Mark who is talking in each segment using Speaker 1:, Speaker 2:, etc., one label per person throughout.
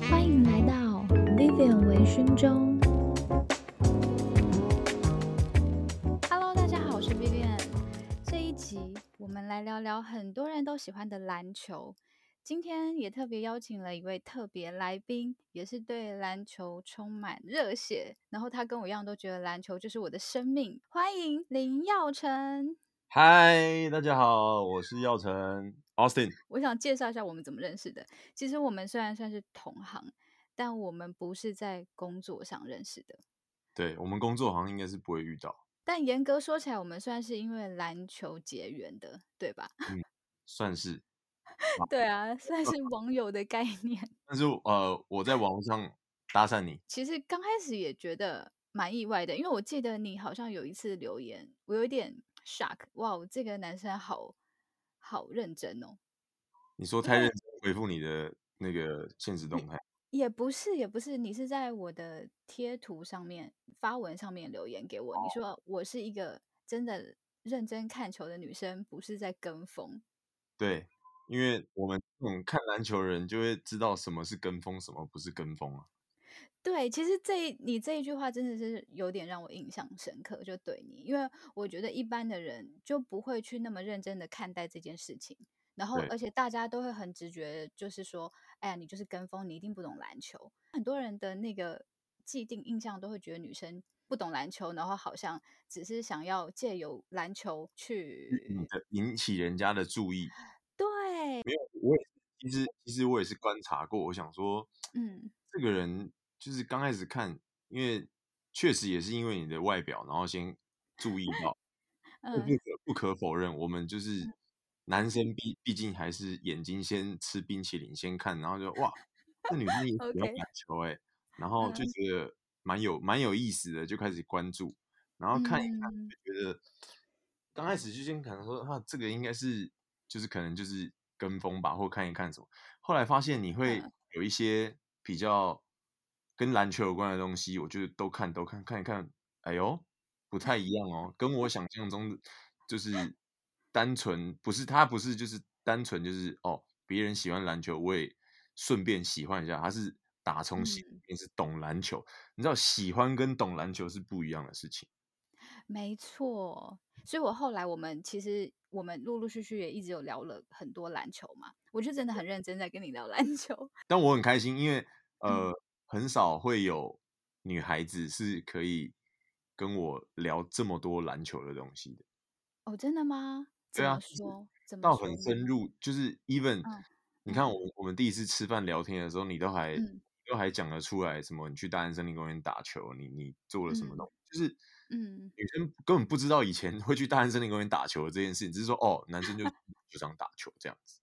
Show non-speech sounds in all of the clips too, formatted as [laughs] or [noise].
Speaker 1: 欢迎来到 Vivian 微醺中。Hello，大家好，我是 Vivian。这一集我们来聊聊很多人都喜欢的篮球。今天也特别邀请了一位特别来宾，也是对篮球充满热血，然后他跟我一样都觉得篮球就是我的生命。欢迎林耀成。
Speaker 2: 嗨，大家好，我是耀成 Austin。
Speaker 1: 我想介绍一下我们怎么认识的。其实我们虽然算是同行，但我们不是在工作上认识的。
Speaker 2: 对我们工作好像应该是不会遇到，
Speaker 1: 但严格说起来，我们算是因为篮球结缘的，对吧？ [laughs]
Speaker 2: 算是。
Speaker 1: 对啊，算是网友的概念。 [laughs]
Speaker 2: 但是呃，我在网络上搭讪你，
Speaker 1: 其实刚开始也觉得蛮意外的，因为我记得你好像有一次留言，我有一点 shock，哇，这个男生好好认真哦。
Speaker 2: 你说太认真回复你的那个现实动态，
Speaker 1: 也不是，也不是，你是在我的贴图上面、发文上面留言给我，你说我是一个真的认真看球的女生，不是在跟风。
Speaker 2: 对，因为我们这种看篮球的人就会知道什么是跟风，什么不是跟风啊。
Speaker 1: 对，其实这一你这一句话真的是有点让我印象深刻，就对你，因为我觉得一般的人就不会去那么认真的看待这件事情，然后
Speaker 2: 对
Speaker 1: 而且大家都会很直觉，就是说，哎呀，你就是跟风，你一定不懂篮球。很多人的那个既定印象都会觉得女生不懂篮球，然后好像只是想要借由篮球
Speaker 2: 你
Speaker 1: 去，
Speaker 2: 的引起人家的注意，
Speaker 1: 呃对，
Speaker 2: 我也是其实其实我也是观察过，我想说
Speaker 1: 嗯，
Speaker 2: 这个人就是刚开始看，因为确实也是因为你的外表，然后先注意到。但不
Speaker 1: 嗯，
Speaker 2: 可不可否认，我们就是男生毕毕竟还是眼睛先吃冰淇淋，先看，然后就哇，这女
Speaker 1: [laughs]
Speaker 2: 生也喜欢
Speaker 1: OK，
Speaker 2: 篮球哎、然后就
Speaker 1: 嗯
Speaker 2: 觉得蛮有蛮有意思的，就开始关注，然后看一看
Speaker 1: 嗯，
Speaker 2: 就觉得，刚开始就先可能说啊，这个应该是就是可能就是跟风吧，或看一看什么，后来发现你会
Speaker 1: 嗯
Speaker 2: 有一些比较跟篮球有关的东西，我就都看都看看一看，哎呦，不太一样哦，跟我想象中的就是单纯不是他不是就是单纯就是哦，别人喜欢篮球，我也顺便喜欢一下，他是打从心
Speaker 1: 嗯。
Speaker 2: 里面是懂篮球，你知道喜欢跟懂篮球是不一样的事情，
Speaker 1: 没错，所以我后来我们其实我们陆陆续续也一直有聊了很多篮球嘛，我就真的很认真在跟你聊篮球。 [laughs]
Speaker 2: 但我很开心，因为呃
Speaker 1: 嗯，
Speaker 2: 很少会有女孩子是可以跟我聊这么多篮球的东西的。
Speaker 1: 哦，真的吗？怎
Speaker 2: 对啊，
Speaker 1: 么
Speaker 2: 就是
Speaker 1: 说？怎么
Speaker 2: 到
Speaker 1: 说
Speaker 2: 很
Speaker 1: 呢？
Speaker 2: 深入，就是 even
Speaker 1: 嗯
Speaker 2: 你看
Speaker 1: 嗯
Speaker 2: 我们我们第一次吃饭聊天的时候，你都还
Speaker 1: 嗯
Speaker 2: 都还讲得出来什么？你去大安森林公园打球，你你做了什么东
Speaker 1: 嗯
Speaker 2: 西？就是
Speaker 1: 嗯，
Speaker 2: 女生根本不知道以前会去大安森林公园打球的这件事情，只是说哦，男生就就想打球这样子，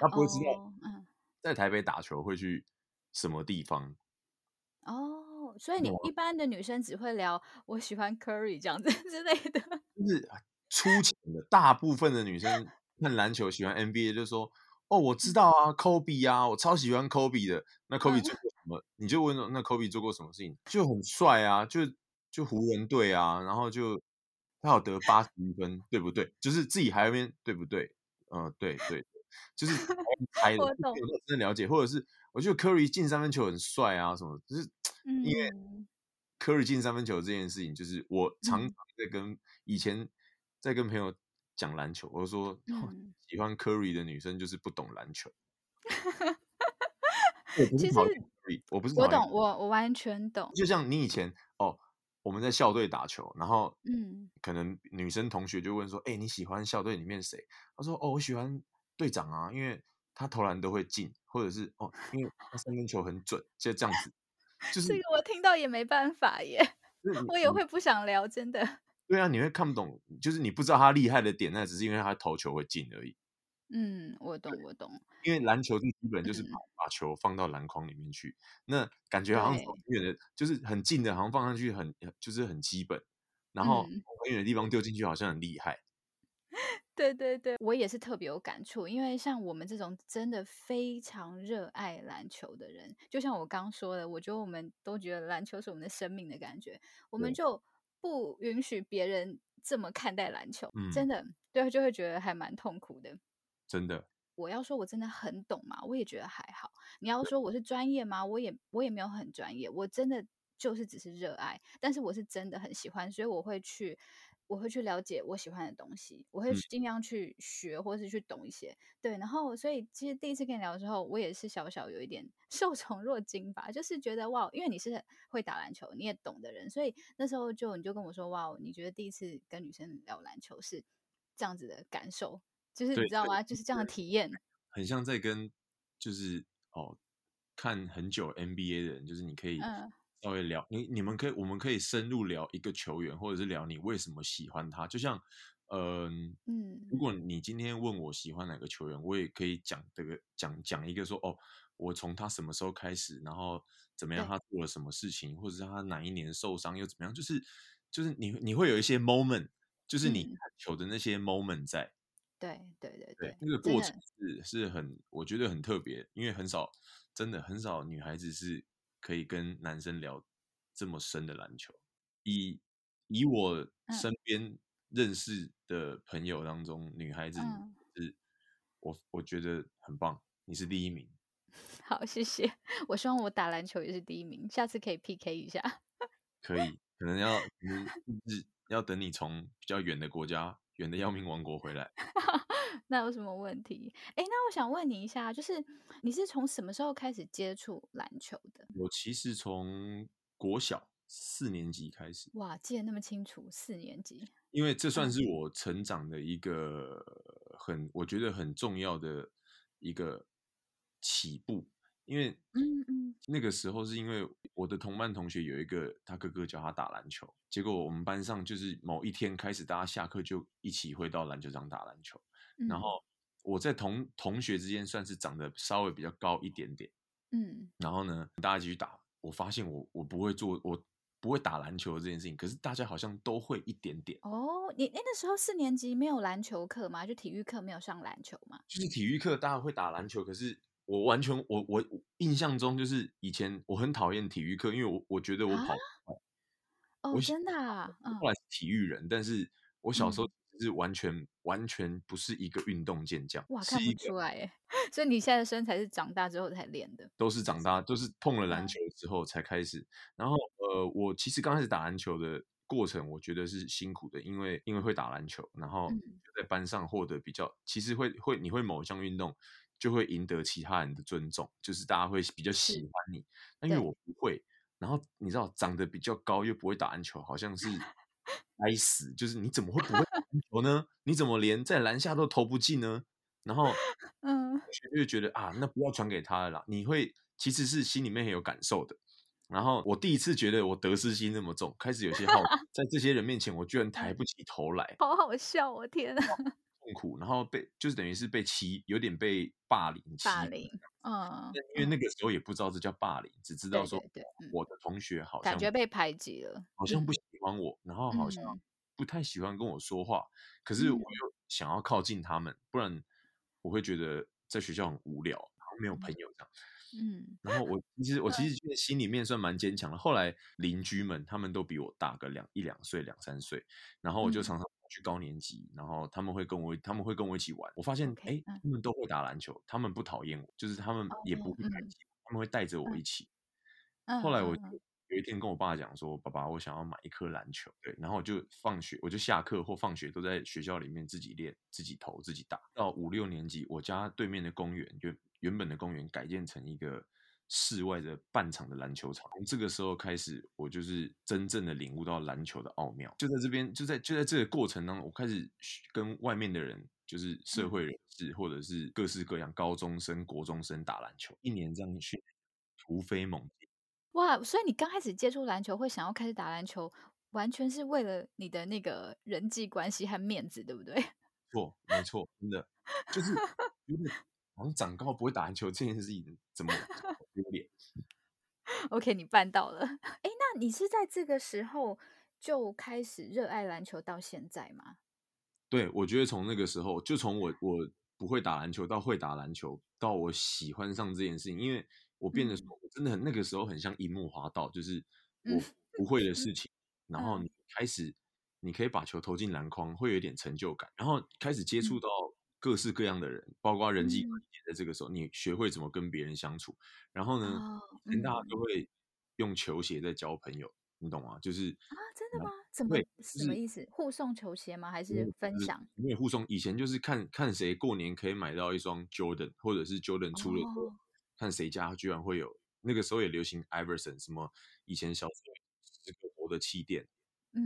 Speaker 2: 她不会知道
Speaker 1: 哦，嗯
Speaker 2: 在台北打球会去什么地方。
Speaker 1: 哦，所以
Speaker 2: 你
Speaker 1: 你
Speaker 2: 懂吗
Speaker 1: 一般的女生只会聊我喜欢 Curry 这样子之类的。 [laughs]
Speaker 2: 就是粗浅的，大部分的女生看篮球喜欢 NBA，就说哦，我知道啊，Kobe 啊，我超喜欢 Kobe 的。那 Kobe 做
Speaker 1: 嗯嗯
Speaker 2: 过什么？你就问说那 Kobe 做过什么事情？就很帅啊，就就湖人队啊，然后就他有得八十一分，对不对？就是自己还有边对不对？呃，对对，
Speaker 1: [laughs]
Speaker 2: 就是还用猜的，
Speaker 1: 我
Speaker 2: 就没
Speaker 1: 懂。
Speaker 2: 有真的了解，或者是我觉得 Curry 进三分球很帅啊，什么，就是因为。
Speaker 1: 嗯
Speaker 2: 科瑞进三分球这件事情，就是我常常
Speaker 1: 嗯
Speaker 2: 在跟以前在跟朋友讲篮球，我就说、哦、
Speaker 1: 嗯，
Speaker 2: 喜欢科瑞的女生就是不懂
Speaker 1: [laughs]
Speaker 2: 篮球。我不是
Speaker 1: 其实
Speaker 2: 讨厌科瑞，我不是
Speaker 1: 我
Speaker 2: 讨厌，
Speaker 1: 懂，我我完全懂。
Speaker 2: 就像你以前哦，我们在校队打球，然后
Speaker 1: 嗯
Speaker 2: 可能女生同学就问说：“哎、你喜欢校队里面谁？”他说：“哦，我喜欢队长啊，因为他投篮都会进，或者是哦，因为他三分球很准，就这样子。”就是嗯
Speaker 1: 这个我听到也没办法耶，
Speaker 2: 就是你
Speaker 1: 我也
Speaker 2: 你
Speaker 1: 会不想聊，真的。 [laughs]
Speaker 2: 对啊，你会看不懂，就是你不知道他厉害的点，那只是因为他投球会进而已。
Speaker 1: 嗯，我懂，我懂。
Speaker 2: 因为篮球最基本就是把
Speaker 1: 嗯，
Speaker 2: 把球放到篮筐里面去，那感觉好像从
Speaker 1: 对，
Speaker 2: 很远的，就是很近的，好像放上去很就是很基本，然后
Speaker 1: 嗯，
Speaker 2: 从很远的地方丢进去好像很厉害。
Speaker 1: 对对对，我也是特别有感触，因为像我们这种真的非常热爱篮球的人，就像我刚说的，我觉得我们都觉得篮球是我们的生命的感觉，我们
Speaker 2: 对，
Speaker 1: 就不允许别人这么看待篮球，
Speaker 2: 嗯，
Speaker 1: 真的，对，就会觉得还蛮痛苦的。
Speaker 2: 真的，
Speaker 1: 我要说我真的很懂嘛，我也觉得还好。你要说我是专业吗？我也我也没有很专业，我真的就是只是热爱，但是我是真的很喜欢，所以我会去。我会去了解我喜欢的东西，我会
Speaker 2: 嗯
Speaker 1: 去尽量去学，或是去懂一些。对，然后所以其实第一次跟你聊的时候，我也是小小有一点 [laughs] 受宠若惊吧，就是觉得哇，因为你是会打篮球，你也懂的人，所以那时候就你就跟我说哇，你觉得第一次跟女生聊篮球是这样子的感受，就是你
Speaker 2: 对
Speaker 1: 知道
Speaker 2: 对
Speaker 1: 吗？就是这样的体验。
Speaker 2: 很像在跟就是哦看很久 NBA 的人，就是你可以
Speaker 1: 嗯，
Speaker 2: 稍微聊你你们可以我们可以深入聊一个球员，或者是聊你为什么喜欢他。就像嗯、
Speaker 1: 嗯，
Speaker 2: 如果你今天问我喜欢哪个球员，我也可以讲这个讲讲一个说哦，我从他什么时候开始，然后怎么样
Speaker 1: 对，
Speaker 2: 他做了什么事情，或者是他哪一年受伤又怎么样，就是就是你你会有一些 moment，就是你看
Speaker 1: 嗯，
Speaker 2: 球的那些 moment 在。
Speaker 1: 对对对
Speaker 2: 对，
Speaker 1: 对，
Speaker 2: 那个
Speaker 1: 真
Speaker 2: 过程
Speaker 1: 的，
Speaker 2: 是是很，我觉得很特别，因为很少，真的很少女孩子是可以跟男生聊这么深的篮球。以以我
Speaker 1: 嗯
Speaker 2: 身边认识的朋友当中，女孩子
Speaker 1: 嗯。
Speaker 2: 是，我我觉得很棒，你是第一名。
Speaker 1: 好，谢谢。 [laughs] 我希望我打篮球也是第一名，下次可以 PK 一下。 [laughs]
Speaker 2: 可以，可能要可能是要等你从比较远的国家，远的要命王国回来。
Speaker 1: 那有什么问题？诶，那我想问你一下，就是你是从什么时候开始接触篮球的？
Speaker 2: 我其实从国小四年级开始。
Speaker 1: 哇，记得那么清楚，四年级。
Speaker 2: 因为这算
Speaker 1: 嗯
Speaker 2: 是我成长的一个呃很，我觉得很重要的一个起步。因为
Speaker 1: 嗯嗯，
Speaker 2: 那个时候是因为我的同班同学有一个他哥哥教他打篮球，结果我们班上就是某一天开始，大家下课就一起会到篮球场打篮球。然后
Speaker 1: 嗯
Speaker 2: 我在同同学之间算是长得稍微比较高一点点，
Speaker 1: 嗯，
Speaker 2: 然后呢，大家一起去打。我发现我我不会做，我不会打篮球这件事情，可是大家好像都会一点点。
Speaker 1: 哦，你诶那时候四年级没有篮球课吗？就体育课没有上篮球吗？
Speaker 2: 就是体育课大家会打篮球，可是我完全我我我印象中就是以前我很讨厌体育课，因为我我觉得我
Speaker 1: 啊？
Speaker 2: 跑不快，
Speaker 1: 哦，
Speaker 2: 我小
Speaker 1: 真的啊？
Speaker 2: 我 [laughs]
Speaker 1: 嗯
Speaker 2: 后来是体育人，但是我小时候
Speaker 1: 嗯，
Speaker 2: 是完全完全不是一个运动健将，
Speaker 1: 哇，
Speaker 2: 是
Speaker 1: 看不
Speaker 2: 一个
Speaker 1: 出来诶， [laughs] 所以你现在的身材是长大之后才练的。
Speaker 2: 都是长大都是碰了篮
Speaker 1: 嗯
Speaker 2: 球之后才开始。然后呃，我其实刚开始打篮球的过程，我觉得是辛苦的，因为因为会打篮球，然后
Speaker 1: 嗯，
Speaker 2: 就在班上获得比较，其实会会你会某一项运动就会赢得其他人的尊重，就是大家会比较喜
Speaker 1: 是，
Speaker 2: 欢你。那因为
Speaker 1: 对，
Speaker 2: 我不会，然后你知道长得比较高又不会打篮球，好像是该死，就是你怎么会不会打篮球呢？你怎么连在篮下都投不进呢？然后
Speaker 1: 嗯 [laughs]
Speaker 2: 就会觉得啊，那不要传给他了啦。你会其实是心里面很有感受的。然后我第一次觉得我得失心那么重，开始有些
Speaker 1: [laughs]
Speaker 2: 好奇，在这些人面前我居然抬
Speaker 1: 嗯，
Speaker 2: 不起头来，
Speaker 1: 好好笑，我天啊！
Speaker 2: 痛苦，然后被就是等于是被欺，有点被霸凌
Speaker 1: 霸
Speaker 2: 欺负。
Speaker 1: 凌，嗯
Speaker 2: 但因为那
Speaker 1: 嗯，
Speaker 2: 个时候也不知道这叫霸凌，只知道
Speaker 1: 对
Speaker 2: 说
Speaker 1: 对对，嗯，
Speaker 2: 我的同学好
Speaker 1: 感
Speaker 2: 像
Speaker 1: 觉被排挤了，
Speaker 2: 好像不
Speaker 1: 嗯
Speaker 2: 喜欢我，然后好像
Speaker 1: 嗯
Speaker 2: 不太喜欢跟我说话，可是我
Speaker 1: 嗯
Speaker 2: 又想要靠近他们，不然我会觉得在学校很无聊，然后没有朋
Speaker 1: 嗯
Speaker 2: 友这样。
Speaker 1: 嗯
Speaker 2: 然后我其实我其
Speaker 1: 嗯
Speaker 2: 实觉得心里面算蛮坚强的。后来邻居们他们都比我大个两一两岁两三岁，然后我就
Speaker 1: 嗯
Speaker 2: 常常去高年级，然后他们会跟我他们会跟我一起玩。我发现
Speaker 1: ，OK，
Speaker 2: 哎，
Speaker 1: 嗯
Speaker 2: 他们都会打篮球，他们不讨厌我，就是他们也不
Speaker 1: 哦
Speaker 2: 会排
Speaker 1: 嗯
Speaker 2: 挤我，他们会带着我
Speaker 1: 嗯
Speaker 2: 一起。后
Speaker 1: 嗯
Speaker 2: 来我就
Speaker 1: 嗯嗯
Speaker 2: 有一天跟我爸讲说，爸爸，我想要买一颗篮球。对，然后我就放学，我就下课或放学都在学校里面自己练、自己投、自己打。到五六年级，我家对面的公园原原本的公园改建成一个室外的半场的篮球场。从这个时候开始，我就是真正的领悟到篮球的奥妙。就在这边，就在就在这个过程当中，我开始学跟外面的人。就是社
Speaker 1: 嗯，
Speaker 2: 会人士，或者是各式各样高中生、国中生打篮球，一年这样去突飞猛进。
Speaker 1: 哇！所以你刚开始接触篮球，会想要开始打篮球，完全是为了你的那个人际关系和面子，对不对？ [laughs]
Speaker 2: 错，没错，真的就是觉得好像长高不会打篮球这件事情怎么这么丢脸？
Speaker 1: OK，你办到了。诶，那你是在这个时候就开始热爱篮球到现在吗？
Speaker 2: 对，我觉得从那个时候，就从我我不会打篮球到会打篮球，到我喜欢上这件事情，因为我变得说，
Speaker 1: 嗯
Speaker 2: 我真的很那个时候很像樱木花道，就是
Speaker 1: 嗯
Speaker 2: 我不会的事情，然后
Speaker 1: 嗯
Speaker 2: 你开始你可以把球投进篮筐，会有一点成就感，然后开始接触
Speaker 1: 嗯
Speaker 2: 到。各式各样的人，包括人际关
Speaker 1: 嗯
Speaker 2: 系，在这个时候，你学会怎么跟别人相处。然后呢，
Speaker 1: 哦，
Speaker 2: 以前大家
Speaker 1: 嗯
Speaker 2: 都会用球鞋在交朋友，你懂吗？就是
Speaker 1: 啊，真的
Speaker 2: 啊
Speaker 1: 吗？怎么
Speaker 2: 对，就
Speaker 1: 什么
Speaker 2: 是
Speaker 1: 意思？互送球鞋吗？还
Speaker 2: 没
Speaker 1: 是
Speaker 2: 有
Speaker 1: 分
Speaker 2: 呃
Speaker 1: 享？
Speaker 2: 没有互送，以前就是看看谁过年可以买到一双 Jordan，或者是 Jordan 出了之后，
Speaker 1: 哦，
Speaker 2: 看谁家居然会有。那个时候也流行 Iverson，什么以前小时候十个头的气垫，
Speaker 1: 嗯，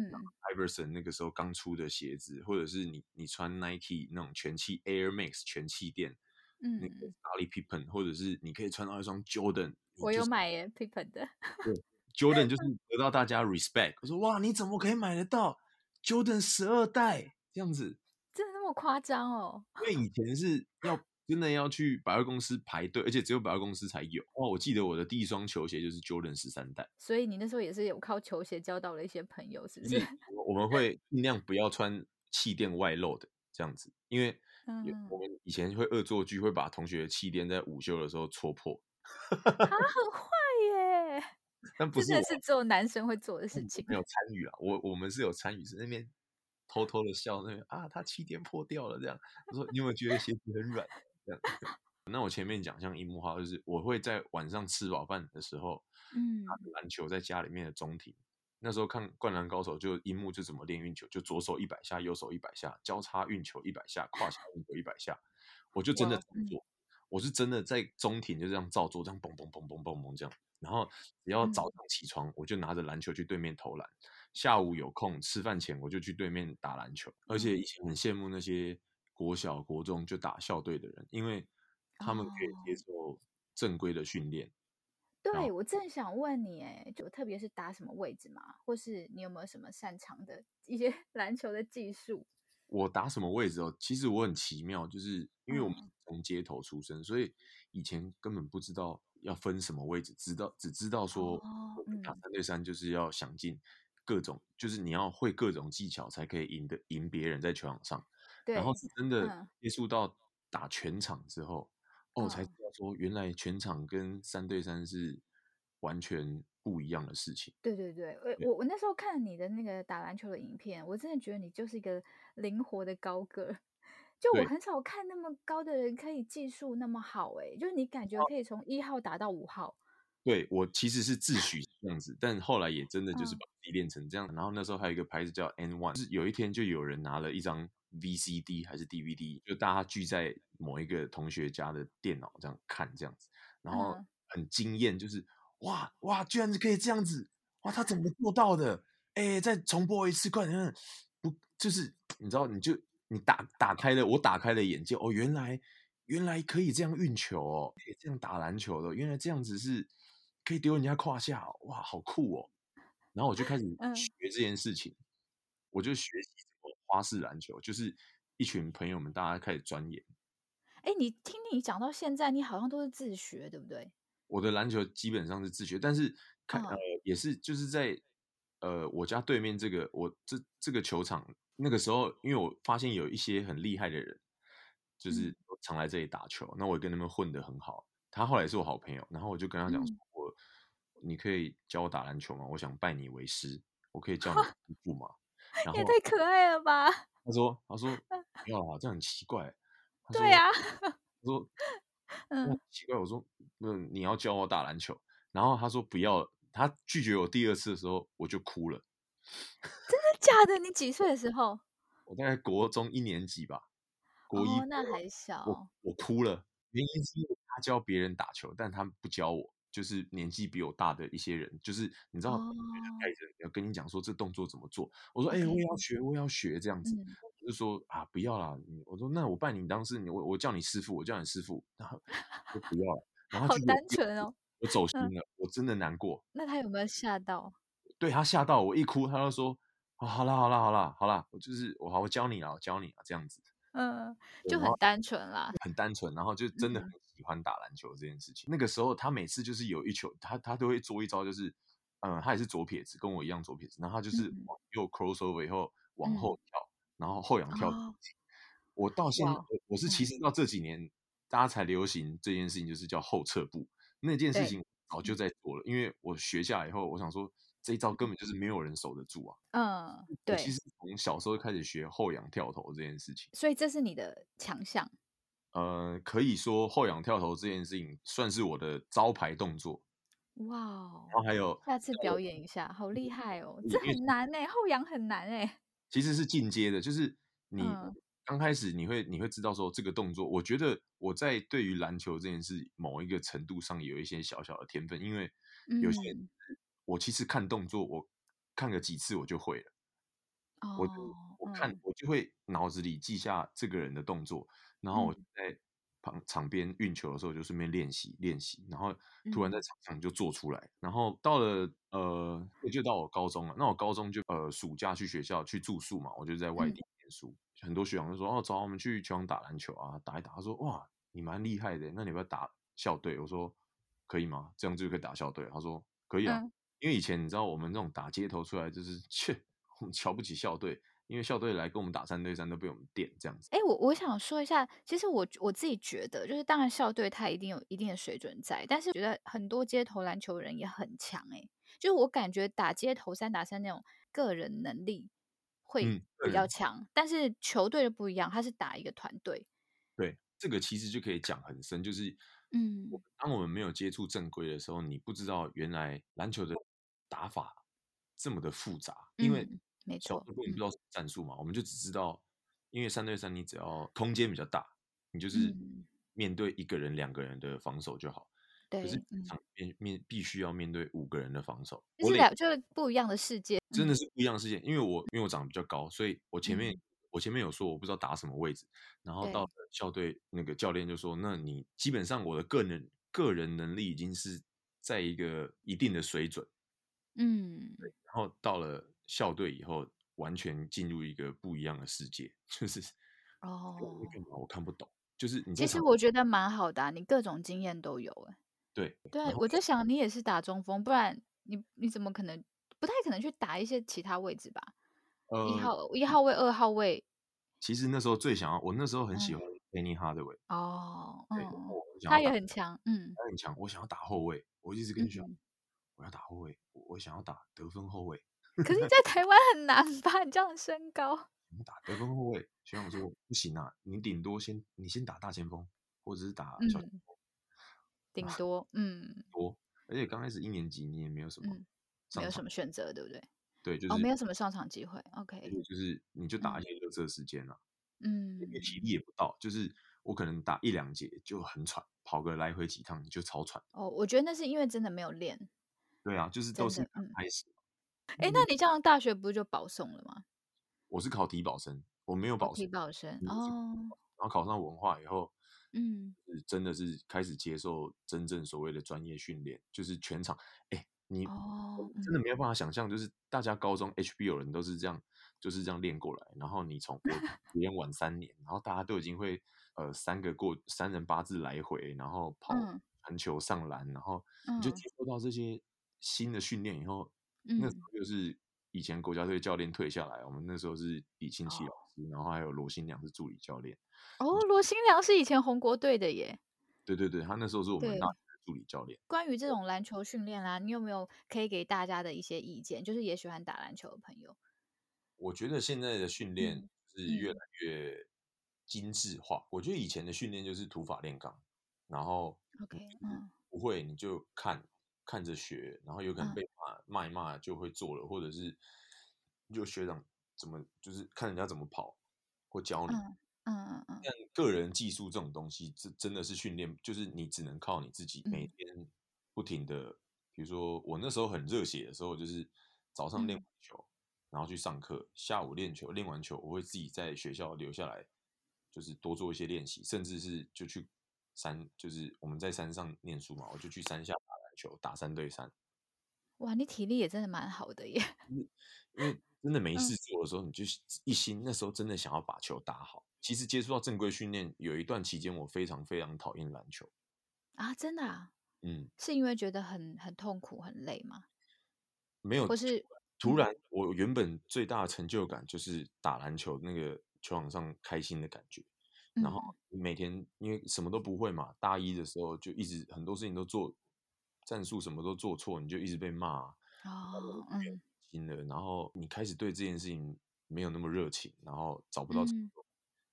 Speaker 2: Iverson 那个时候刚出的鞋子，或者是你你穿 Nike 那种全气 Air Max 全气垫，那个
Speaker 1: 嗯，
Speaker 2: 大力 Pippen，或者是你可以穿到一双 Jordan，你
Speaker 1: 我
Speaker 2: 就
Speaker 1: 有
Speaker 2: 是
Speaker 1: 买耶 p i p p e n 的，
Speaker 2: 对 Jordan 就是得到大家 respect。我说哇，你怎么可以买得到 Jordan 十二代这样子？
Speaker 1: 真的那么夸张哦？
Speaker 2: 因为以前是要真的要去百货公司排队，而且只有百货公司才有。哇，我记得我的第一双球鞋就是 Jordan 十三代。
Speaker 1: 所以你那时候也是有靠球鞋交到了一些朋友，是不？
Speaker 2: 就是是我我们会尽量不要穿气垫外露的这样子，因为有
Speaker 1: [laughs] 嗯，
Speaker 2: 我们以前会恶作剧，会把同学的气垫在午休的时候戳破，
Speaker 1: 啊，很坏耶！
Speaker 2: 但不
Speaker 1: 这
Speaker 2: 是
Speaker 1: 真
Speaker 2: 我
Speaker 1: 的是只有男生会做的
Speaker 2: 但
Speaker 1: 事
Speaker 2: 我
Speaker 1: 情。
Speaker 2: 没有参与啊，我我们是有参与，是那边偷偷的笑，那边啊，他气垫破掉了这样。我说你有没有觉得鞋子很软？这样。那我前面讲像樱木花，就是我会在晚上吃饱饭的时候打
Speaker 1: 嗯，
Speaker 2: 着篮球，在家里面的中庭。那时候看《灌篮高手》，就樱木就怎么练运球，就左手一百下，右手一百下，交叉运球一百下，胯下运球一百下，我就真的
Speaker 1: 哇，
Speaker 2: 这么
Speaker 1: 嗯
Speaker 2: 做，我是真的在中庭就这样照做，这样嘣嘣嘣嘣嘣嘣这样。然后只要早
Speaker 1: 嗯，
Speaker 2: 上起床，我就拿着篮球去对面投篮；下午有空吃饭前，我就去对面打篮球。而且以
Speaker 1: 哇，
Speaker 2: 前很羡慕那些国小、国中就打校队的人，因为他们可以接
Speaker 1: 哦，
Speaker 2: 受正规的训练，然后
Speaker 1: 对，我正想问你，哎，就特别是打什么位置嘛，或是你有没有什么擅长的一些 [laughs] 篮球的技术？
Speaker 2: 我打什么位置哦？其实我很奇妙，就是因为我们
Speaker 1: 嗯，
Speaker 2: 从街头出身，所以以前根本不知道要分什么位置，知道只知道说
Speaker 1: 哦，
Speaker 2: 我们打
Speaker 1: 嗯，
Speaker 2: 三对三就是要想尽各种，就是你要会各种技巧才可以赢得赢别人在球场上。然后
Speaker 1: 对，
Speaker 2: 是真的
Speaker 1: 嗯
Speaker 2: 接触到打全场之后，哦，才知
Speaker 1: 嗯，
Speaker 2: 道说原来全场跟三对三是完全不一样的事情。
Speaker 1: 对对对，我
Speaker 2: 对
Speaker 1: 我我那时候看你的那个打篮球的影片，我真的觉得你就是一个灵活的高个儿。 [laughs] 就我
Speaker 2: 对，
Speaker 1: 很少看那么高的人可以技术那么好，诶，就是你感觉可以从一号打到五号，
Speaker 2: 对我其实是自诩是这样子，但后来也真的就是
Speaker 1: 嗯，
Speaker 2: 把自己练成这样。然后那时候还有一个牌子叫 N One，就是有一天就有人拿了一张 VCD 还是 DVD，就大家聚在某一个同学家的电脑这样看这样子，然后
Speaker 1: 嗯，
Speaker 2: 很惊艳，就是哇哇，居然是可以这样子，哇，他怎么做到的？哎，再重播一次，快点！嗯不，就是你知道，你就你打打开了，我打开了眼界，哦，原来原来可以这样运球哦，可以这样打篮球的哦，原来这样子是可以丢人家胯下哦，哇，好酷哦！然后我就开始
Speaker 1: 嗯，
Speaker 2: 学这件事情，我就学习怎么花式篮球，就是一群朋友们大家开始钻研。
Speaker 1: 哎，你听你讲到现在，你好像都是自学，对不对？
Speaker 2: 我的篮球基本上是自学，但是看呃
Speaker 1: 嗯
Speaker 2: 也是就是在呃我家对面这个我这这个球场那个时候，因为我发现有一些很厉害的人，就是
Speaker 1: 嗯
Speaker 2: 都常来这里打球，那我跟他们混得很好。他后来也是我好朋友，然后我就跟他讲说，
Speaker 1: 嗯，
Speaker 2: 我你可以教我打篮球吗？我想拜你为师，我可
Speaker 1: [laughs]
Speaker 2: 以叫你师傅吗？然
Speaker 1: 也
Speaker 2: 后
Speaker 1: 太可爱了吧！
Speaker 2: 他说他
Speaker 1: [laughs]
Speaker 2: 说不要啦，这样很奇怪。他
Speaker 1: 对
Speaker 2: 说
Speaker 1: 呀、
Speaker 2: 他说那
Speaker 1: [laughs] 嗯，
Speaker 2: 奇怪，我说，嗯，你要教我打篮球，然后他说不要了，他拒绝我第二次的时候，我就哭了。
Speaker 1: 真的假的？你几岁的时候？
Speaker 2: 我大概国中一年级吧，国一
Speaker 1: 哦，
Speaker 2: 国
Speaker 1: 那
Speaker 2: 二，
Speaker 1: 还
Speaker 2: 我
Speaker 1: 小，
Speaker 2: 我哭了，原因是因为他教别人打球，但他不教我，就是年纪比我大的一些人，就是你知道，同学就带
Speaker 1: 哦
Speaker 2: 着要跟你讲说这动作怎么做，我说哎、我
Speaker 1: ，OK，
Speaker 2: 也要学，我也要学这样子，
Speaker 1: 嗯，
Speaker 2: 他就说啊不要啦，你我说那我拜你当师，你我我叫你师傅，我叫你师傅，然后我说不要了，然后
Speaker 1: 好
Speaker 2: 结果
Speaker 1: 单
Speaker 2: 第二
Speaker 1: 纯
Speaker 2: 次
Speaker 1: 哦。
Speaker 2: 我走
Speaker 1: 嗯，
Speaker 2: 心了，我真的难过，
Speaker 1: 那他有没有吓到？
Speaker 2: 对他吓到我一哭，他就说：哦，好啦，好啦，好啦，好啦，我就是我好，我教你啦，我教你啦，这样子。
Speaker 1: 嗯，
Speaker 2: 对，
Speaker 1: 就
Speaker 2: 然
Speaker 1: 很
Speaker 2: 后
Speaker 1: 单纯啦。
Speaker 2: 很单纯，然后就真的很
Speaker 1: 嗯，
Speaker 2: 喜欢打篮球这件事情。那个时候他每次就是有一球，他他都会做一招，就是嗯、呃他也是左撇子，跟我一样左撇子，然后他就是
Speaker 1: 嗯
Speaker 2: 往右 crossover 以后往后
Speaker 1: 嗯，
Speaker 2: 跳，然后后仰跳。
Speaker 1: 哦，
Speaker 2: 我到现
Speaker 1: 哇，
Speaker 2: 我我是其
Speaker 1: 嗯，
Speaker 2: 实到这几年大家才流行这件事情，就是叫后撤步那件事
Speaker 1: 对，
Speaker 2: 情，早就
Speaker 1: 嗯
Speaker 2: 在做了，因为我学下来以后，我想说。这一招根本就是没有人守得住啊。
Speaker 1: 嗯，
Speaker 2: 我
Speaker 1: 对，
Speaker 2: 其实从小时候开始学后仰跳投这件事情，
Speaker 1: 所以这是你的强项。
Speaker 2: 呃，可以说后仰跳投这件事情算是我的招牌动作。
Speaker 1: 哇哦，
Speaker 2: 然后还有
Speaker 1: 下次表演一下，好厉害哦！
Speaker 2: 因
Speaker 1: 这
Speaker 2: 为
Speaker 1: 很难哎，后仰很难哎。
Speaker 2: 其实是进阶的，就是你
Speaker 1: 嗯
Speaker 2: 刚开始你会你会知道说这个动作，我觉得我在对于篮球这件事某一个程度上有一些小小的天分，因为有些
Speaker 1: 嗯，
Speaker 2: 我其实看动作，我看个几次我就会了，我就
Speaker 1: 哦，
Speaker 2: 我看
Speaker 1: 嗯
Speaker 2: 我就会脑子里记下这个人的动作，然后我就
Speaker 1: 嗯
Speaker 2: 在旁场边运球的时候就顺便练习练习，然后突然在
Speaker 1: 嗯
Speaker 2: 场上就做出来，然后到了呃就到我高中了，那我高中就呃暑假去学校去住宿嘛，我就在外
Speaker 1: 嗯，
Speaker 2: 地念书，很多学长就说哦找我们去球场打篮球啊，打一打，他说哇你蛮厉害的，那你要不要打校队？我说可以吗？这样就可以打校队？他说可以啊，
Speaker 1: 嗯
Speaker 2: 因为以前你知道我们这种打街头出来就是切。我们瞧不起校队，因为校队来跟我们打三对三都被我们电这样子。
Speaker 1: 哎，我我想说一下，其实我我自己觉得，就是当然校队它一定有一定的水准在，但是觉得很多街头篮球人也很强哎，就是我感觉打街头三打三那种个人能力会
Speaker 2: 嗯，个
Speaker 1: 比较
Speaker 2: 人
Speaker 1: 强，但是球队就不一样，它是打一个团队。
Speaker 2: 对这个其实就可以讲很深，就是我
Speaker 1: 嗯
Speaker 2: 当我们没有接触正规的时候，你不知道原来篮球的打法这么的复杂，因为
Speaker 1: 嗯，没
Speaker 2: 小
Speaker 1: 错，
Speaker 2: 队根本不知
Speaker 1: 嗯
Speaker 2: 道什么战术嘛，我们就只知道，因为三对三你只要空间比较大，你就是
Speaker 1: 嗯，
Speaker 2: 面对一个人、两个人的防守就好。可
Speaker 1: 对，
Speaker 2: 是这
Speaker 1: 嗯。
Speaker 2: 场面面必须要面对五个人的防守，
Speaker 1: 就
Speaker 2: 我
Speaker 1: 是
Speaker 2: 累。
Speaker 1: 两就是不一样的世界。
Speaker 2: 真的
Speaker 1: 嗯
Speaker 2: 是不一样的世界。因为我因为我长得比较高，所以我前面
Speaker 1: 嗯，
Speaker 2: 我前面有说我不知道打什么位置，然后到了
Speaker 1: 对，
Speaker 2: 校队那个教练就说，那你基本上我的个人个人能力已经是在一个一定的水准，
Speaker 1: 嗯，
Speaker 2: 然后到了校队以后，完全进入一个不一样的世界，就是这个人在
Speaker 1: 哦，
Speaker 2: 干嘛我看不懂，就是你在
Speaker 1: 其实
Speaker 2: 场
Speaker 1: 我觉得蛮好的啊、你各种经验都有哎。
Speaker 2: 对，
Speaker 1: 对啊，
Speaker 2: 然后
Speaker 1: 我在想你也是打中锋，不然你你怎么可能不太可能去打一些其他位置吧？一
Speaker 2: 呃，
Speaker 1: 号一号位、二号位，
Speaker 2: 其实那时候最想要，我那时候很喜
Speaker 1: 嗯，
Speaker 2: 欢 Penny Hardaway，
Speaker 1: 哦，
Speaker 2: 对，然后
Speaker 1: 嗯，
Speaker 2: 我想
Speaker 1: 他
Speaker 2: 要打。
Speaker 1: 也很强，嗯
Speaker 2: 他很强，我想要打后卫，我一直跟学校，
Speaker 1: 嗯。
Speaker 2: 我要打后卫，我我想要打得分后卫，
Speaker 1: 可是，
Speaker 2: [laughs]
Speaker 1: 在台湾很难吧？你这样身高，
Speaker 2: 想要打得分后卫。学长说不行啊，你顶多先你先打大前锋，或者是打小前
Speaker 1: 嗯，
Speaker 2: 锋
Speaker 1: 顶多，嗯
Speaker 2: 多。而且刚开始一年级你也没有什么
Speaker 1: 嗯，没
Speaker 2: 上
Speaker 1: 有
Speaker 2: 场，
Speaker 1: 什么选择，对不对？
Speaker 2: 对，就
Speaker 1: 哦，
Speaker 2: 是
Speaker 1: 没有什么上场机会
Speaker 2: 而
Speaker 1: ，OK，
Speaker 2: 且就是你就打一
Speaker 1: 嗯
Speaker 2: 些热射时间啊，因为体
Speaker 1: 嗯。
Speaker 2: 力也不到，就是我可能打一两节就很喘，跑个来回几趟你就超喘。
Speaker 1: 哦，我觉得那是因为真的没有练，
Speaker 2: 对啊，就是都
Speaker 1: 真
Speaker 2: 是嗯
Speaker 1: 的，
Speaker 2: 刚
Speaker 1: 嗯，
Speaker 2: 开始，
Speaker 1: 诶，
Speaker 2: 因
Speaker 1: 那
Speaker 2: 为
Speaker 1: 你这样大学不是就保送了吗？
Speaker 2: 我是考体保生，我没有
Speaker 1: 哦，
Speaker 2: 保
Speaker 1: 体
Speaker 2: 送，
Speaker 1: 保生，
Speaker 2: 我是
Speaker 1: 哦，
Speaker 2: 然后考上文化以后，
Speaker 1: 嗯，
Speaker 2: 是真的是开始接受真正所谓的专业训练，就是全场，哎，你
Speaker 1: 哦，
Speaker 2: 真的
Speaker 1: 嗯，
Speaker 2: 没有办法想象，就是大家高中 HBO 人都是这样，就是这样练过来，然后你从
Speaker 1: [laughs]
Speaker 2: 我别人晚三年，然后大家都已经会呃三个过三人八字来回，然后跑
Speaker 1: 嗯，
Speaker 2: 传球上篮，然后你就
Speaker 1: 嗯，
Speaker 2: 接受到这些新的训练以后，那时
Speaker 1: 嗯，
Speaker 2: 候就是以前国家队教练退下来，我们那时候是李庆熙
Speaker 1: 哦，
Speaker 2: 老师，然后还有罗新良是助理教练。
Speaker 1: 哦，罗新良是以前红国队的耶，
Speaker 2: 对对对，他那时候是我们大
Speaker 1: 对。
Speaker 2: 学的助理教练。
Speaker 1: 关于这种篮球训练啊啦、你有没有可以给大家的一些意见？就是也喜欢打篮球的朋友，
Speaker 2: 我觉得现在的训练
Speaker 1: 嗯
Speaker 2: 是越来
Speaker 1: 嗯
Speaker 2: 越精致化。我觉得以前的训练就是土法炼钢，然后你
Speaker 1: ，OK，嗯
Speaker 2: 不会你就看看着学，然后有可能
Speaker 1: 嗯
Speaker 2: 被骂骂一骂就会做了，或者是就学长怎么就是看人家怎么跑或教你。
Speaker 1: 嗯嗯嗯
Speaker 2: 但个人技术这种东西，这真的是训练，就是你只能靠你自己每
Speaker 1: 嗯
Speaker 2: 天不停的，比如说我那时候很热血的时候，就是早上练
Speaker 1: 嗯
Speaker 2: 完球，然后去上课，下午练球，练完球我会自己在学校留下来，就是多做一些练习，甚至是就去山，就是我们在山上念书嘛，我就去山下打篮球，打三对三，
Speaker 1: 哇，你体力也真的蛮好的耶， [laughs]
Speaker 2: 因为真的没事
Speaker 1: 嗯
Speaker 2: 做的时候，你就是一心那时候真的想要把球打好。其实接触到正规训练有一段期间，我非常非常讨厌篮球。
Speaker 1: 啊，真的啊，
Speaker 2: 嗯，
Speaker 1: 是因为觉得很很痛苦、很累吗？
Speaker 2: 没有。
Speaker 1: 或是
Speaker 2: 突
Speaker 1: 嗯
Speaker 2: 然，我原本最大的成就感就是打篮球那个球场上开心的感觉。然后
Speaker 1: 嗯
Speaker 2: 每天因为什么都不会嘛，大一的时候就一直很多事情都做战术什么都做错，你就一直被骂啊。
Speaker 1: 哦，嗯
Speaker 2: 新的，然后你开始对这件事情没有那么热情，然后找不到成
Speaker 1: 嗯
Speaker 2: 就，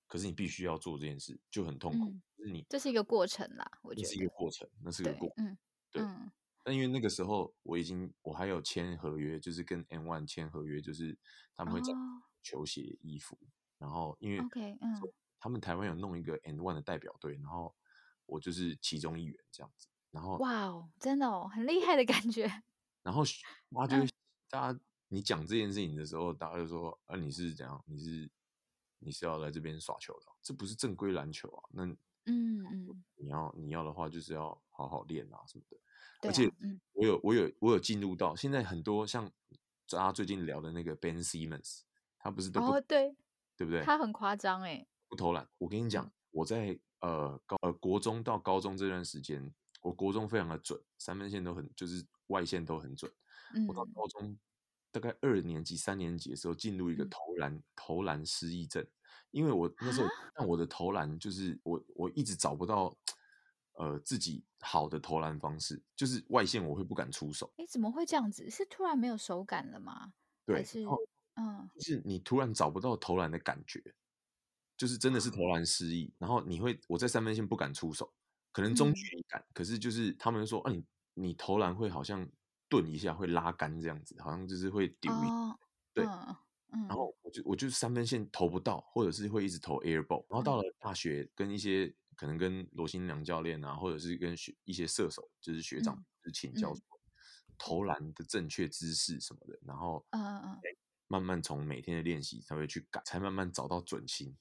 Speaker 2: 可是你必须要做这件事，就很痛苦。
Speaker 1: 嗯，
Speaker 2: 就是你
Speaker 1: 这是一个过程啦，我
Speaker 2: 那
Speaker 1: 觉
Speaker 2: 是一个
Speaker 1: 得，
Speaker 2: 过程，那是个过
Speaker 1: 对，嗯
Speaker 2: 对。
Speaker 1: 嗯
Speaker 2: 但因为那个时候我已经我还有签合约，就是跟 N One 签合约，就是他们会找
Speaker 1: 哦
Speaker 2: 球鞋、衣服，然后因为
Speaker 1: ，OK，嗯
Speaker 2: 他们台湾有弄一个 N One 的代表队，然后我就是其中一员这样子，然后
Speaker 1: 哇哦，真的哦，很厉害的感觉。 [laughs]
Speaker 2: 然后嘘大家就会
Speaker 1: 嗯，
Speaker 2: 大家你讲这件事情的时候，大家就说啊你是怎样？你是你是要来这边耍球的哦？这不是正规篮球啊！那
Speaker 1: 嗯
Speaker 2: [laughs]
Speaker 1: 嗯，
Speaker 2: 你要你要的话，就是要好好练啊什么的。
Speaker 1: 对
Speaker 2: 而且
Speaker 1: 啊，嗯
Speaker 2: 我有我有我有进入到现在很多像大家最近聊的那个 Ben Simmons，他不是都不
Speaker 1: 哦，对
Speaker 2: 对不对？
Speaker 1: 他很夸张哎，
Speaker 2: 不投篮。我跟你讲，
Speaker 1: 嗯
Speaker 2: 我在呃高呃国中到高中这段时间，我国中非常的准，三分线都很就是外线都很准。我到
Speaker 1: 嗯
Speaker 2: 高中大概二年级、三年级的时候，进入一个
Speaker 1: 嗯
Speaker 2: 投篮投篮失忆症，因为我那时
Speaker 1: 啊，
Speaker 2: 候看我的投篮就是我我一直找不到呃自己好的投篮方式，就是外线我会不敢出手。
Speaker 1: 哎，怎么会这样子？是突然没有手感了吗？
Speaker 2: 对，
Speaker 1: 还
Speaker 2: 然后
Speaker 1: 是嗯
Speaker 2: 就是你突然找不到投篮的感觉，就是真的是
Speaker 1: 啊
Speaker 2: 投篮失忆。然后你会，我在三分线不敢出手，可能中
Speaker 1: 嗯
Speaker 2: 距离敢，可是就是他们说，啊，你你投篮会好像顿一下，会拉杆这样子，好像就是会丢一，
Speaker 1: 哦
Speaker 2: 对。
Speaker 1: 嗯嗯
Speaker 2: 然后我就我就三分线投不到，或者是会一直投 air ball。然后到
Speaker 1: 嗯
Speaker 2: 了大学，跟一些可能跟罗新良教练啊，或者是跟学一些射手，就是学长，
Speaker 1: 嗯
Speaker 2: 就是请教说
Speaker 1: 嗯
Speaker 2: 投篮的正确姿势什么的，然后
Speaker 1: 嗯嗯嗯，
Speaker 2: 慢慢从每天的练习才会去改，才慢慢找到准心。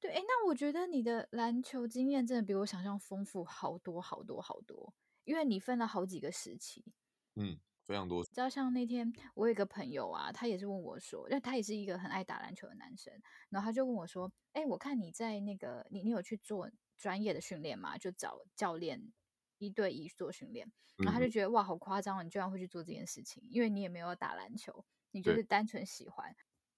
Speaker 1: 对，哎，那我觉得你的篮球经验真的比我想象丰富好多好多好多，因为你分了好几个时期。
Speaker 2: 嗯，非常多。
Speaker 1: 你知道，像那天我有一个朋友啊，他也是问我说，那他也是一个很爱打篮球的男生，然后他就问我说：“哎，我看你在那个，你你有去做专业的训练吗？就找教练一对一做训练。”然后他
Speaker 2: 嗯，
Speaker 1: 就觉得哇，好夸张哦，你居然会去做这件事情，因为你也没有打篮球，你就
Speaker 2: 对，
Speaker 1: 是单纯喜欢。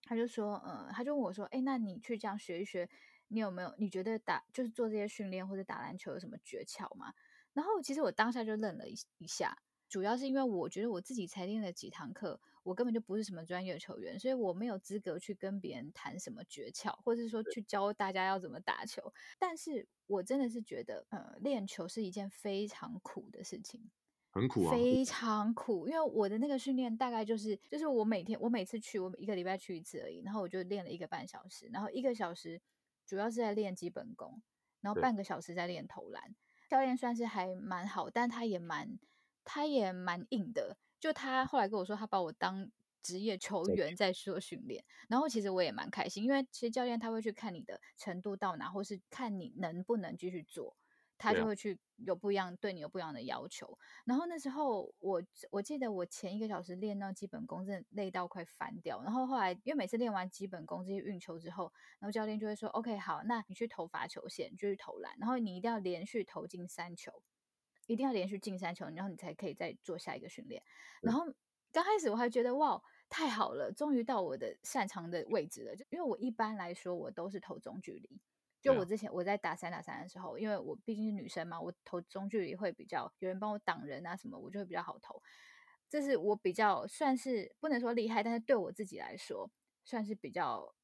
Speaker 1: 他就说，嗯，他就问我说，哎，那你去这样学一学，你有没有？你觉得打就是做这些训练或者打篮球有什么诀窍吗？然后其实我当下就愣了一一下，主要是因为我觉得我自己才练了几堂课，我根本就不是什么专业的球员，所以我没有资格去跟别人谈什么诀窍，或是说去教大家要怎么打球。但是我真的是觉得，呃，练球是一件非常苦的事情。
Speaker 2: 很苦啊。
Speaker 1: 非常苦，因为我的那个训练大概就是就是我每天我每次去我一个礼拜去一次而已，然后我就练了一个半小时，然后一个小时主要是在练基本功，然后
Speaker 2: 对，
Speaker 1: 半个小时在练投篮。教练算是还蛮好，但他也蛮他也蛮硬的，就他后来跟我说他把我当职业球
Speaker 2: 在
Speaker 1: 员在做训练，然后其实我也蛮开心，因为其实教练他会去看你的程度到哪，或是看你能不能继续做。他
Speaker 2: 对
Speaker 1: 就
Speaker 2: 啊，
Speaker 1: 会去有不一样，对你有不一样的要求。然后那时候我我记得我前一个小时练到基本功，真的累到快翻掉。然后后来因为每次练完基本功这些运球之后，然后教练就会说：“OK，好，那你去投罚球线，你就去投篮，然后你一定要连续投进三球，一定要连续进三球，然后你才可以再做下一个训练。”然
Speaker 2: 对，
Speaker 1: 后刚开始我还觉得哇。太好了，终于到我的擅长的位置了。就因为我一般来说我都是投中距离，就
Speaker 2: 对
Speaker 1: 我
Speaker 2: 啊，
Speaker 1: 之前我在打三打三的时候，因为我毕竟是女生嘛，我投中距离会比较有人帮我挡人啊什么，我就会比较好投。这是我比较算是不能说厉害，但是对我自己来说算是比较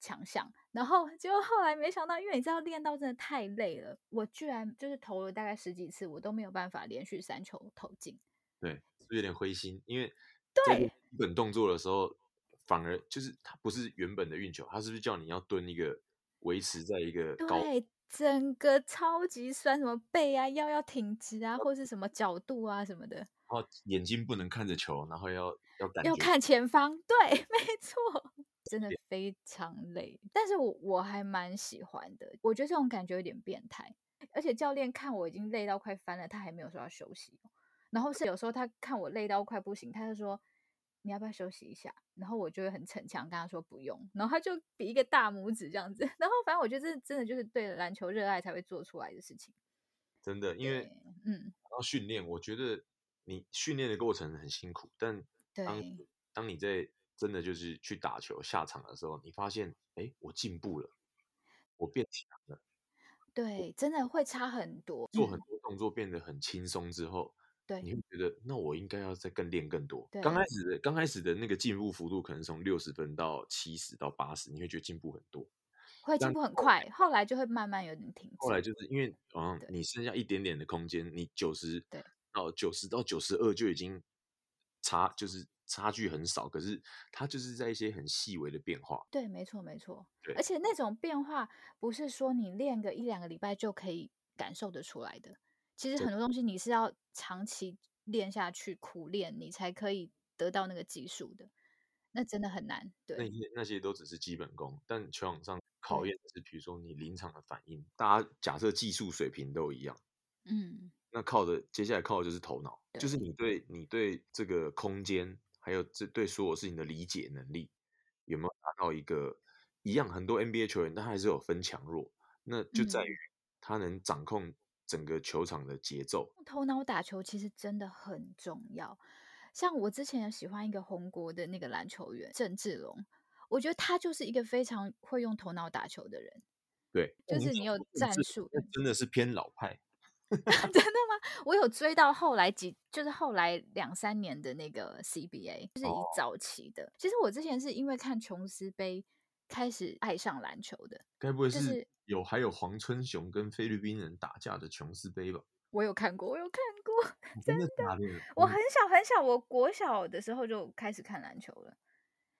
Speaker 1: 强项。然后结果后来没想到，因为你知道练到真的太累了，我居然就是投了大概十几次，我都没有办法连续三球投进。
Speaker 2: 对，是不是有点灰心，因为在做
Speaker 1: 对，
Speaker 2: 基本动作的时候，反而就是它不是原本的运球，它是不是叫你要蹲一个维持在一个高
Speaker 1: 对，整个超级酸，什么背啊、腰要挺直啊，
Speaker 2: 要
Speaker 1: 或是什么角度啊什么的。
Speaker 2: 然后眼睛不能看着球，然后要要感
Speaker 1: 要
Speaker 2: 觉
Speaker 1: 看前方，对， [laughs] 没错，真的非常累，但是我我还蛮喜欢的，我觉得这种感觉有点变态，而且教练看我已经累到快翻了，他还没有说要休息哦，然后是有时候他看我累到快不行，他就说你要不要休息一下，然后我就会很逞强跟他说不用，然后他就比一个大拇指这样子， [laughs] 然后反正我觉得这真的就是对篮球热爱才会做出来的事情，
Speaker 2: 真的，因为
Speaker 1: 对，嗯，
Speaker 2: 然后训练，我觉得你训练的过程很辛苦，但当
Speaker 1: 对，
Speaker 2: 当你在真的就是去打球下场的时候，你发现，哎，我进步了，我变强了，
Speaker 1: 对，真的会差很多，
Speaker 2: 做很
Speaker 1: 嗯，
Speaker 2: 多动作变得很轻松之后。
Speaker 1: 对
Speaker 2: 你会觉得那我应该要再更练更多。刚开
Speaker 1: 对
Speaker 2: 始的刚开始的那个进步幅度可能从六十分到七十到八十，你会觉得进步很多。
Speaker 1: 会
Speaker 2: 但
Speaker 1: 进步很
Speaker 2: 后
Speaker 1: 快，后来就会慢慢有点停
Speaker 2: 后来
Speaker 1: 滞。
Speaker 2: 就是因为嗯，
Speaker 1: 对
Speaker 2: 你剩下一点点的空间，你九十
Speaker 1: 对
Speaker 2: 到九十到九十二就已经差，就是差距很少。可是它就是在一些很细微的变化，
Speaker 1: 对，没错没错，而
Speaker 2: 对
Speaker 1: 且那种变化不是说你练个一两个礼拜就可以感受得出来的。其实
Speaker 2: 真
Speaker 1: 很多东西你是要长期练下去，苦练你才可以得到那个技术的，那真的很难。
Speaker 2: 那
Speaker 1: 对
Speaker 2: 些那些都只是基本功，但球场上考
Speaker 1: 对，
Speaker 2: 验的是，比如说你临场的反应，大家假设技术水平都一样，
Speaker 1: 嗯，
Speaker 2: 那靠的接下来靠的就是头脑，就是
Speaker 1: 对
Speaker 2: 你对你对这个空间，还有这对所有事情的理解能力有没有达到一个一样？很多 NBA 球员，但他还是有分强弱，那就在于
Speaker 1: 嗯，
Speaker 2: 他能掌控整个球场的节奏。
Speaker 1: 头脑打球其实真的很重要。像我之前有喜欢一个红国的那个篮球员郑志龙，我觉得他就是一个非常会用头脑打球的人，
Speaker 2: 对，那
Speaker 1: 就
Speaker 2: 哦你
Speaker 1: 是你
Speaker 2: 讲
Speaker 1: 有
Speaker 2: 的政治，
Speaker 1: 战术，
Speaker 2: 那真的是偏老派。
Speaker 1: 真的吗？我有追到后来几，就是后来两三年的那个 CBA，就是以
Speaker 2: 哦，
Speaker 1: 早期的。其实我之前是因为看琼斯杯开始爱上篮球的，
Speaker 2: 该不会
Speaker 1: 就是是
Speaker 2: 有还有黄春雄跟菲律宾人打架的琼斯杯吧？
Speaker 1: 我有看过，我有看过， [laughs] 真
Speaker 2: 真的
Speaker 1: 的。
Speaker 2: 假的？
Speaker 1: 我
Speaker 2: 哦
Speaker 1: 很小很小，我国小的时候就开始看篮球了，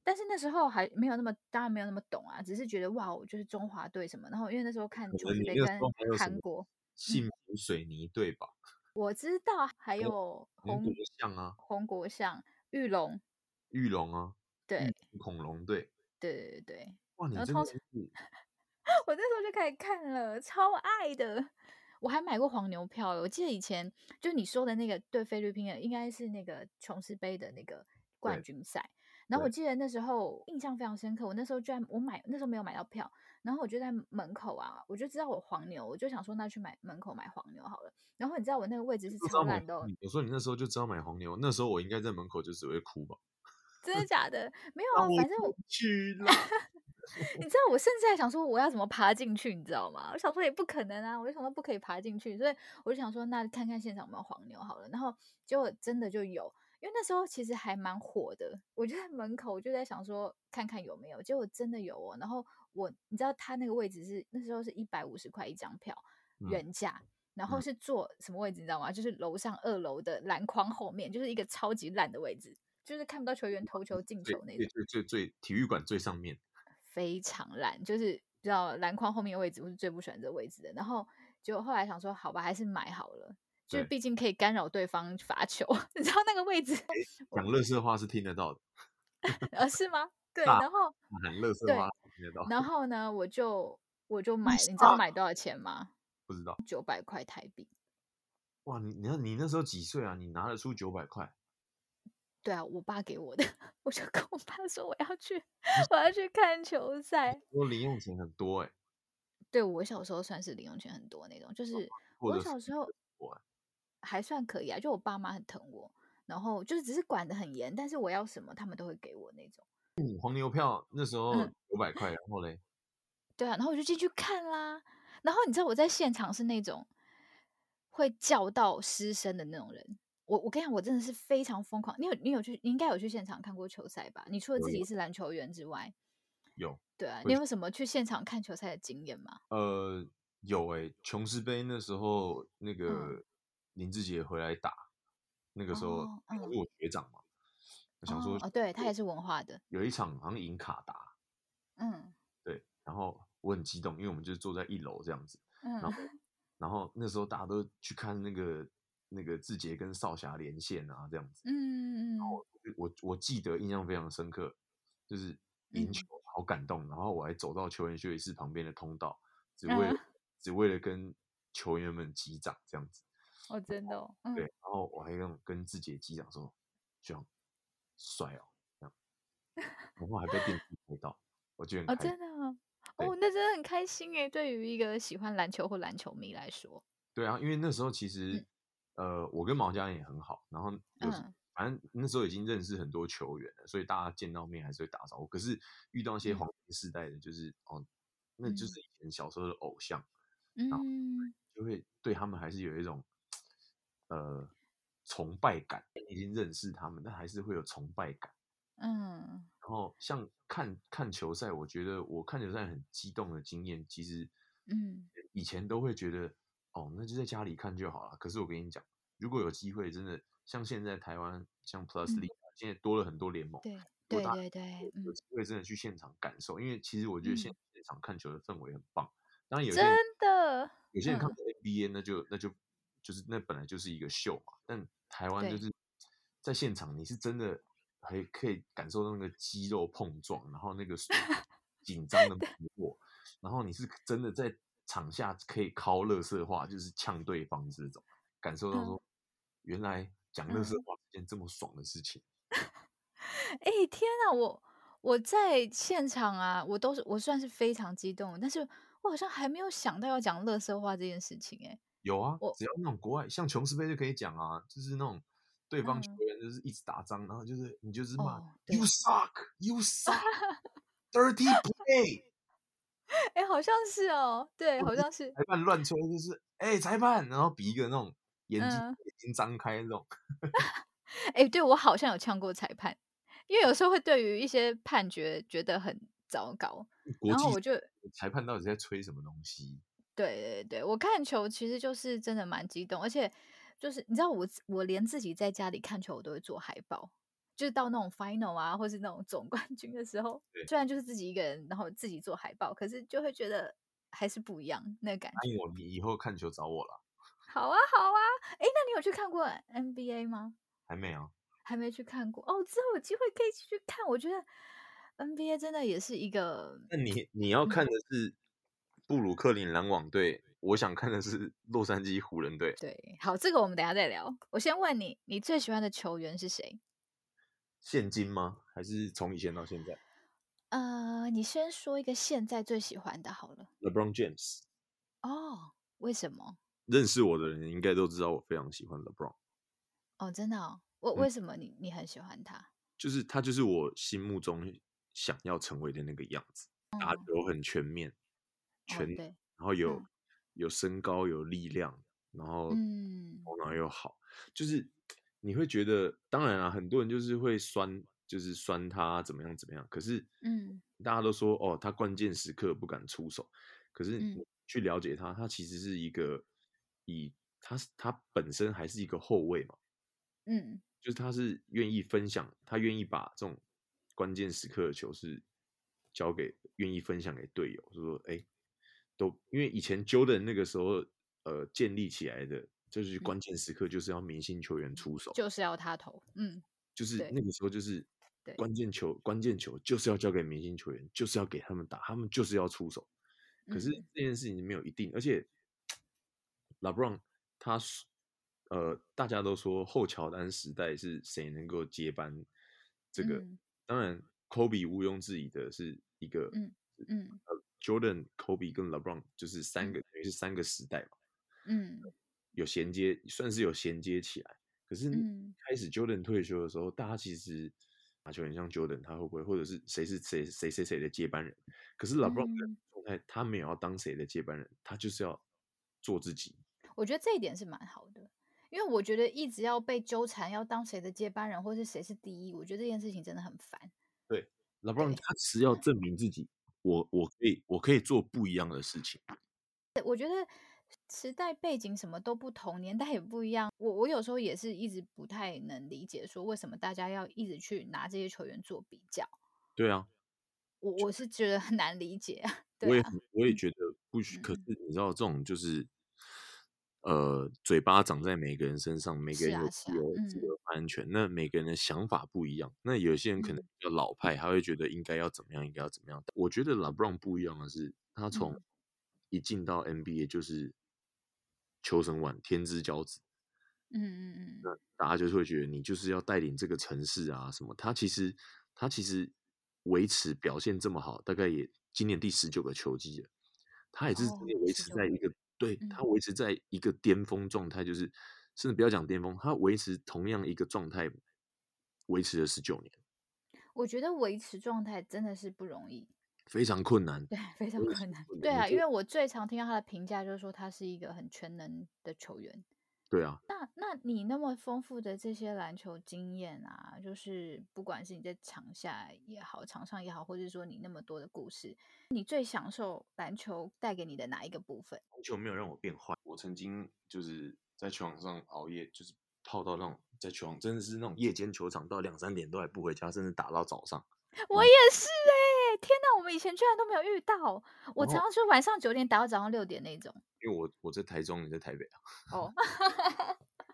Speaker 1: 但是那时候还没有那么，当然没有那么懂啊，只是觉得哇，我就是中华队什么。然后因为那时候看
Speaker 2: 可
Speaker 1: 琼
Speaker 2: 能
Speaker 1: 斯
Speaker 2: 你
Speaker 1: 杯
Speaker 2: 那时
Speaker 1: 跟
Speaker 2: 候还有什
Speaker 1: 韩
Speaker 2: 么
Speaker 1: 国，
Speaker 2: 幸
Speaker 1: 嗯，
Speaker 2: 福水泥队吧？
Speaker 1: 我知道还
Speaker 2: 还有
Speaker 1: 有
Speaker 2: 黄国
Speaker 1: 红
Speaker 2: 嗯象啊，
Speaker 1: 红国象、玉龙，
Speaker 2: 玉龙啊，玉
Speaker 1: 对。
Speaker 2: 恐龙队。
Speaker 1: 对对对对，
Speaker 2: 哇，
Speaker 1: 然
Speaker 2: 你
Speaker 1: 后
Speaker 2: 真
Speaker 1: 通
Speaker 2: 的
Speaker 1: 常 [laughs]
Speaker 2: 是
Speaker 1: 我那时候就开始看了，超爱的。我还买过黄牛票欸，我记得以前就你说的那个对菲律宾的，应该是那个琼斯杯的那个冠
Speaker 2: 对
Speaker 1: 军赛。然后我
Speaker 2: 对，
Speaker 1: 记得那时候印象非常深刻，我那时候居然我买那时候没有买到票，然后我就在门口啊，我就知道我黄牛，我就想说那去买门口买黄牛好了。然后你知道我那个位置是
Speaker 2: 就知道
Speaker 1: 超
Speaker 2: 买
Speaker 1: 烂
Speaker 2: 黄
Speaker 1: 的哦，
Speaker 2: 牛。我说你那时候就知道买黄牛，那时候我应该在门口就只会
Speaker 1: [laughs]
Speaker 2: 哭吧？ [laughs]
Speaker 1: 真的假的？没有
Speaker 2: 让
Speaker 1: 啊，
Speaker 2: 我
Speaker 1: 反正
Speaker 2: 进
Speaker 1: 我
Speaker 2: 去 [laughs] 啦！
Speaker 1: 你知道我甚至还想说我要怎么爬进去，你知道吗？我想说也不可能啊，我就想说不可以爬进去，所以我就想说那看看现场有没有黄牛好了。然后结果真的就有，因为那时候其实还蛮火的，我就在门口我就在想说看看有没有，结果真的有哦。然后我你知道他那个位置是那时候是一百五十块一张票
Speaker 2: 嗯
Speaker 1: 原价。然后
Speaker 2: 嗯，
Speaker 1: 是坐什么位置你知道吗？就是楼上二楼的篮筐后面，就是一个超级烂的位置，就是看不到球员投球进
Speaker 2: 最
Speaker 1: 球那
Speaker 2: 最
Speaker 1: 种。
Speaker 2: 最最最体育馆最上面，
Speaker 1: 非常烂，就是你知道篮筐后面的位置，我是最不喜欢这个位置的。然后就后来想说，好吧，还是买好了，就是
Speaker 2: 对，
Speaker 1: 毕竟可以干扰对方罚球， [laughs] 你知道那个位置，
Speaker 2: 讲
Speaker 1: 我
Speaker 2: 乐色话是听得到的，
Speaker 1: 呃是吗？对，
Speaker 2: 大
Speaker 1: 然后
Speaker 2: 喊乐色话
Speaker 1: 对，
Speaker 2: 是听得到
Speaker 1: 然
Speaker 2: 的。
Speaker 1: 后呢，我就我就
Speaker 2: 你
Speaker 1: 买了，你知道
Speaker 2: 傻
Speaker 1: 买多少钱吗？
Speaker 2: 不知道
Speaker 1: 九百块台币。
Speaker 2: [laughs] 哇？你你那你那时候几岁啊？你拿得出九百块？
Speaker 1: 对啊，我爸给我的， [laughs] 我就跟我爸说我要去，
Speaker 2: 你
Speaker 1: 我要去看球赛。
Speaker 2: 说零用钱很多哎、
Speaker 1: 对我小时候算是零用钱很多那种，就是
Speaker 2: 哦过
Speaker 1: 我
Speaker 2: 得非
Speaker 1: 小时候
Speaker 2: 我欸
Speaker 1: 还算可以啊，就我爸妈很疼我，然后就是只是管得很严，但是我要什么他们都会给我那种。
Speaker 2: 嗯黄牛票那时候
Speaker 1: 嗯，
Speaker 2: 九百块，然后嘞，
Speaker 1: 对啊，然后我就进去看啦。然后你知道我在现场是那种会叫到失声的那种人。我我跟你讲，我真的是非常疯狂。你有你有去，你应该有去现场看过球赛吧？你除了
Speaker 2: 我
Speaker 1: 自己
Speaker 2: 有
Speaker 1: 是篮球员之外，
Speaker 2: 有
Speaker 1: 对啊，
Speaker 2: 我
Speaker 1: 你有什么去现场看球赛的经验吗？
Speaker 2: 呃，有诶、琼斯杯那时候那
Speaker 1: 嗯，
Speaker 2: 个林志杰回来打，那个时候
Speaker 1: 哦，
Speaker 2: 他
Speaker 1: 嗯，
Speaker 2: 是我学长嘛，我想说
Speaker 1: 哦哦，对，他也是文化的，
Speaker 2: 有一场好像赢卡达，
Speaker 1: 嗯
Speaker 2: 对，然后我很激动，因为我们就是坐在一楼这样子，然后
Speaker 1: 嗯，
Speaker 2: 然后那时候大家都去看那个那个志杰跟少侠连线啊这样子，
Speaker 1: 嗯
Speaker 2: 我我记得印象非常深刻，就是赢球
Speaker 1: 嗯
Speaker 2: 好感动，然后我还走到球员休息室旁边的通道，只为
Speaker 1: 嗯，
Speaker 2: 了
Speaker 1: 啊，
Speaker 2: 只为了跟球员们击掌这样子。
Speaker 1: 哦，真的哦，
Speaker 2: 对，
Speaker 1: 嗯，
Speaker 2: 然后我还用跟自己的击掌说：“学长，帅哦！”这样，然后还被电梯拍到，我就很
Speaker 1: 哦，
Speaker 2: 开心。
Speaker 1: 真的哦，
Speaker 2: 对
Speaker 1: 哦，那真的很开心诶，对于一个喜欢篮球或篮球迷来说，
Speaker 2: 对啊，因为那时候其
Speaker 1: 嗯
Speaker 2: 实，呃，我跟毛家人也很好，然后有时
Speaker 1: 嗯
Speaker 2: 反正那时候已经认识很多球员了，所以大家见到面还是会打招呼。可是遇到一些
Speaker 1: 嗯
Speaker 2: 黄金世代的，就是哦，那就
Speaker 1: 嗯
Speaker 2: 是以前小时候的偶像，然后
Speaker 1: 嗯，
Speaker 2: 就会对他们还是有一种呃崇拜感，已经认识他们，但还是会有崇拜感。
Speaker 1: 嗯
Speaker 2: 然后像看看球赛，我觉得我看球赛很激动的经验，其实
Speaker 1: 嗯，
Speaker 2: 以前都会觉得哦，那就在家里看就好了。可是我跟你讲，如果有机会，真的像现在台湾像 Plus
Speaker 1: 嗯
Speaker 2: League，、现在啊多了很多联盟，
Speaker 1: 对
Speaker 2: 如
Speaker 1: 对
Speaker 2: 果大
Speaker 1: 对对，
Speaker 2: 有
Speaker 1: 嗯
Speaker 2: 机会真的去现场感受，因为其实我觉得现
Speaker 1: 嗯
Speaker 2: 现场看球的氛围很棒。当然有些
Speaker 1: 真
Speaker 2: 人
Speaker 1: 的，
Speaker 2: 有些人看
Speaker 1: 嗯
Speaker 2: 不懂 NBA，那就那就就是那本来就是一个秀嘛。但台湾就
Speaker 1: 对，
Speaker 2: 是在现场，你是真的还可以感受到那个肌肉碰撞，然后那
Speaker 1: [laughs]
Speaker 2: 个 s- 紧张的脉搏，然后你是真的在场下可以靠乐色话，就是呛对方这种，感受到
Speaker 1: 嗯
Speaker 2: 说原来讲乐色
Speaker 1: 嗯。
Speaker 2: 话是件这么爽的事情。
Speaker 1: 哎、天啊，我我在现场啊，我都是我算是非常激动，但是我好像还没有想到要讲乐色话这件事情、欸。哎，
Speaker 2: 有啊，
Speaker 1: 我
Speaker 2: 只要那种国外，像琼斯杯就可以讲啊，就是那种对方球
Speaker 1: 嗯，
Speaker 2: 员就是一直打仗，然后就是你就是骂
Speaker 1: 哦，
Speaker 2: “You
Speaker 1: 对，
Speaker 2: suck, You
Speaker 1: [laughs]
Speaker 2: suck, dirty play”，
Speaker 1: 哎、好像是哦，对，
Speaker 2: 或者
Speaker 1: 好
Speaker 2: 是
Speaker 1: 像是，
Speaker 2: 裁判乱吹，就是“哎、裁判”，然后比一个那种眼睛
Speaker 1: 嗯，
Speaker 2: 眼睛张开那种，
Speaker 1: 哎、对我好像有呛过裁判，因为有时候会对于一些判决觉得很糟糕，
Speaker 2: 国
Speaker 1: 然后
Speaker 2: 际
Speaker 1: 我就
Speaker 2: 裁判到底在吹什么东西？
Speaker 1: 对对对，我看球其实就是真的蛮激动，而且就是你知道我自我连自己在家里看球我都会做海报，就是到那种 final 啊，或是那种总 [laughs] 冠军的时候，
Speaker 2: 对，
Speaker 1: 虽然就是自己一个人，然后自己做海报，可是就会觉得还是不一样那个感
Speaker 2: 答应
Speaker 1: 觉。
Speaker 2: 我，你以后看球找我啦。
Speaker 1: 好啊，好啊，诶，那你有去看过 NBA 吗？
Speaker 2: 还没啊？
Speaker 1: 还没去看过哦，之后有机会可以去看。我觉得 NBA 真的也是一个，
Speaker 2: 那你你要
Speaker 1: 嗯，
Speaker 2: 看的是布鲁克林篮网队，我想看的是洛杉矶湖人队。
Speaker 1: 对，好，这个我们等一下再聊。我先问你，你最喜欢的球员是谁？
Speaker 2: 现今吗？还是从以前到现在
Speaker 1: 呃，你先说一个现在最喜欢的好了。
Speaker 2: ？LeBron James，
Speaker 1: 哦，为什么？
Speaker 2: 认识我的人应该都知道，我非常喜欢 LeBron。
Speaker 1: 哦，真的哦，为
Speaker 2: 嗯，
Speaker 1: 为什么你你很喜欢他？哦
Speaker 2: 就是他，就是我心目中想要成为的那个样子。打
Speaker 1: 嗯，
Speaker 2: 球很全面，全
Speaker 1: 哦，
Speaker 2: 能，
Speaker 1: 对，
Speaker 2: 然后有
Speaker 1: 嗯
Speaker 2: 有身高，有力量，然后
Speaker 1: 嗯，
Speaker 2: 头脑又好，就是你会觉得，当然啊，很多人就是会酸，就是酸他怎么样怎么样。可是
Speaker 1: 嗯
Speaker 2: 大家都说哦，他关键时刻不敢出手，可是
Speaker 1: 嗯
Speaker 2: 你去了解他，他其实是一个以他是他本身还是一个后卫嘛，
Speaker 1: 嗯，
Speaker 2: 就是他是愿意分享，他愿意把这种关键时刻的球是交给愿意分享给队友，就说哎、诶都因为以前 Jordan 那个时候呃建立起来的，就是
Speaker 1: 嗯
Speaker 2: 关键时刻就是要明星球员出手，
Speaker 1: 就是要他投，嗯，
Speaker 2: 就是
Speaker 1: 对
Speaker 2: 那个时候就是
Speaker 1: 对，
Speaker 2: 关键球，关键球就是要交给明星球员，就是要给他们打，他们就是要出手。可是
Speaker 1: 嗯
Speaker 2: 这件事情没有一定，而且 LeBron 他是呃，大家都说后乔丹时代是谁能够接班这个？
Speaker 1: 嗯
Speaker 2: 当然，Kobe 毋庸置疑的是一个
Speaker 1: 嗯嗯
Speaker 2: 呃，Jordan、Kobe 跟 LeBron 就是三
Speaker 1: 嗯
Speaker 2: 个，等于是三个时代嘛。
Speaker 1: 嗯
Speaker 2: 有衔接，算是有衔接起来。可是
Speaker 1: 嗯
Speaker 2: 开始 Jordan 退休的时候，大家其实打球很像 Jordan，他会不会，或者是谁是谁谁谁谁的接班人？可是 LeBron 的
Speaker 1: 嗯，
Speaker 2: 状态，哎他没有要当谁的接班人，他就是要做自己。
Speaker 1: 我觉得这一点是蛮好的，因为我觉得一直要被纠缠要当谁的接班人或是谁是第一，我觉得这件事情真的很烦。
Speaker 2: 对，LeBron
Speaker 1: 对，
Speaker 2: 他只要证明自己，我我可以我可以做不一样的事情。
Speaker 1: 我觉得时代背景什么都不同，年代也不一样。我我有时候也是一直不太能理解，说为什么大家要一直去拿这些球员做比较，
Speaker 2: 对啊，
Speaker 1: 我我是觉得很难理解啊。对
Speaker 2: 我也
Speaker 1: 啊，
Speaker 2: 很我也
Speaker 1: 嗯
Speaker 2: 觉得不许。可是
Speaker 1: 嗯，
Speaker 2: 你知道这种就是，呃，嘴巴长在每个人身上，每个
Speaker 1: 是
Speaker 2: 人有
Speaker 1: 啊
Speaker 2: 自
Speaker 1: 是啊，
Speaker 2: 由自
Speaker 1: 嗯
Speaker 2: 由发言权。那每个人的想法不一样，那有些人可能
Speaker 1: 嗯
Speaker 2: 比较老派，他会觉得应该要怎么样，应该要怎么样。我觉得 LeBron 不一样的是，他从
Speaker 1: 嗯，
Speaker 2: 一进到 NBA 就是求神万天之骄子，
Speaker 1: 嗯嗯
Speaker 2: 那大家就是会觉得你就是要带领这个城市啊什么。他其实他其实维持表现这么好，大概也今年第十九个球季了，他也
Speaker 1: 嗯，
Speaker 2: 是真
Speaker 1: 哦，
Speaker 2: 的维
Speaker 1: 十
Speaker 2: 持
Speaker 1: 九
Speaker 2: 在
Speaker 1: 个，
Speaker 2: 一个对他
Speaker 1: 嗯
Speaker 2: 维持在一个巅峰状态，就是甚至不要讲巅峰，他维持同样一个状态维持了十九年，
Speaker 1: 我觉得维持状态真的是不容易，
Speaker 2: 非常困难，
Speaker 1: 对，非常
Speaker 2: 真的是
Speaker 1: 困难。
Speaker 2: 困难。
Speaker 1: 对
Speaker 2: 你
Speaker 1: 啊，因为
Speaker 2: 就
Speaker 1: 我最常听到他的评价就是说他是一个很全能的球员，
Speaker 2: 对啊，
Speaker 1: 那那你那么丰富的这些篮球经验啊，就是不管是你在场下也好，场上也好，或者说你那么多的故事，你最享受篮球带给你的哪一个部分？
Speaker 3: 篮球没有让我变坏，
Speaker 2: 我曾经就是在球场上熬夜，就是泡到那种在球场真的是那种夜间球场到两三点都还不回家，甚至打到早上。
Speaker 1: 我也是哎、天哪，我们以前居然都没有遇到，我
Speaker 2: 然
Speaker 1: 常常是晚上九点打到早上六点那种。
Speaker 2: 因为我我在台中，你在台北啊。
Speaker 1: 哦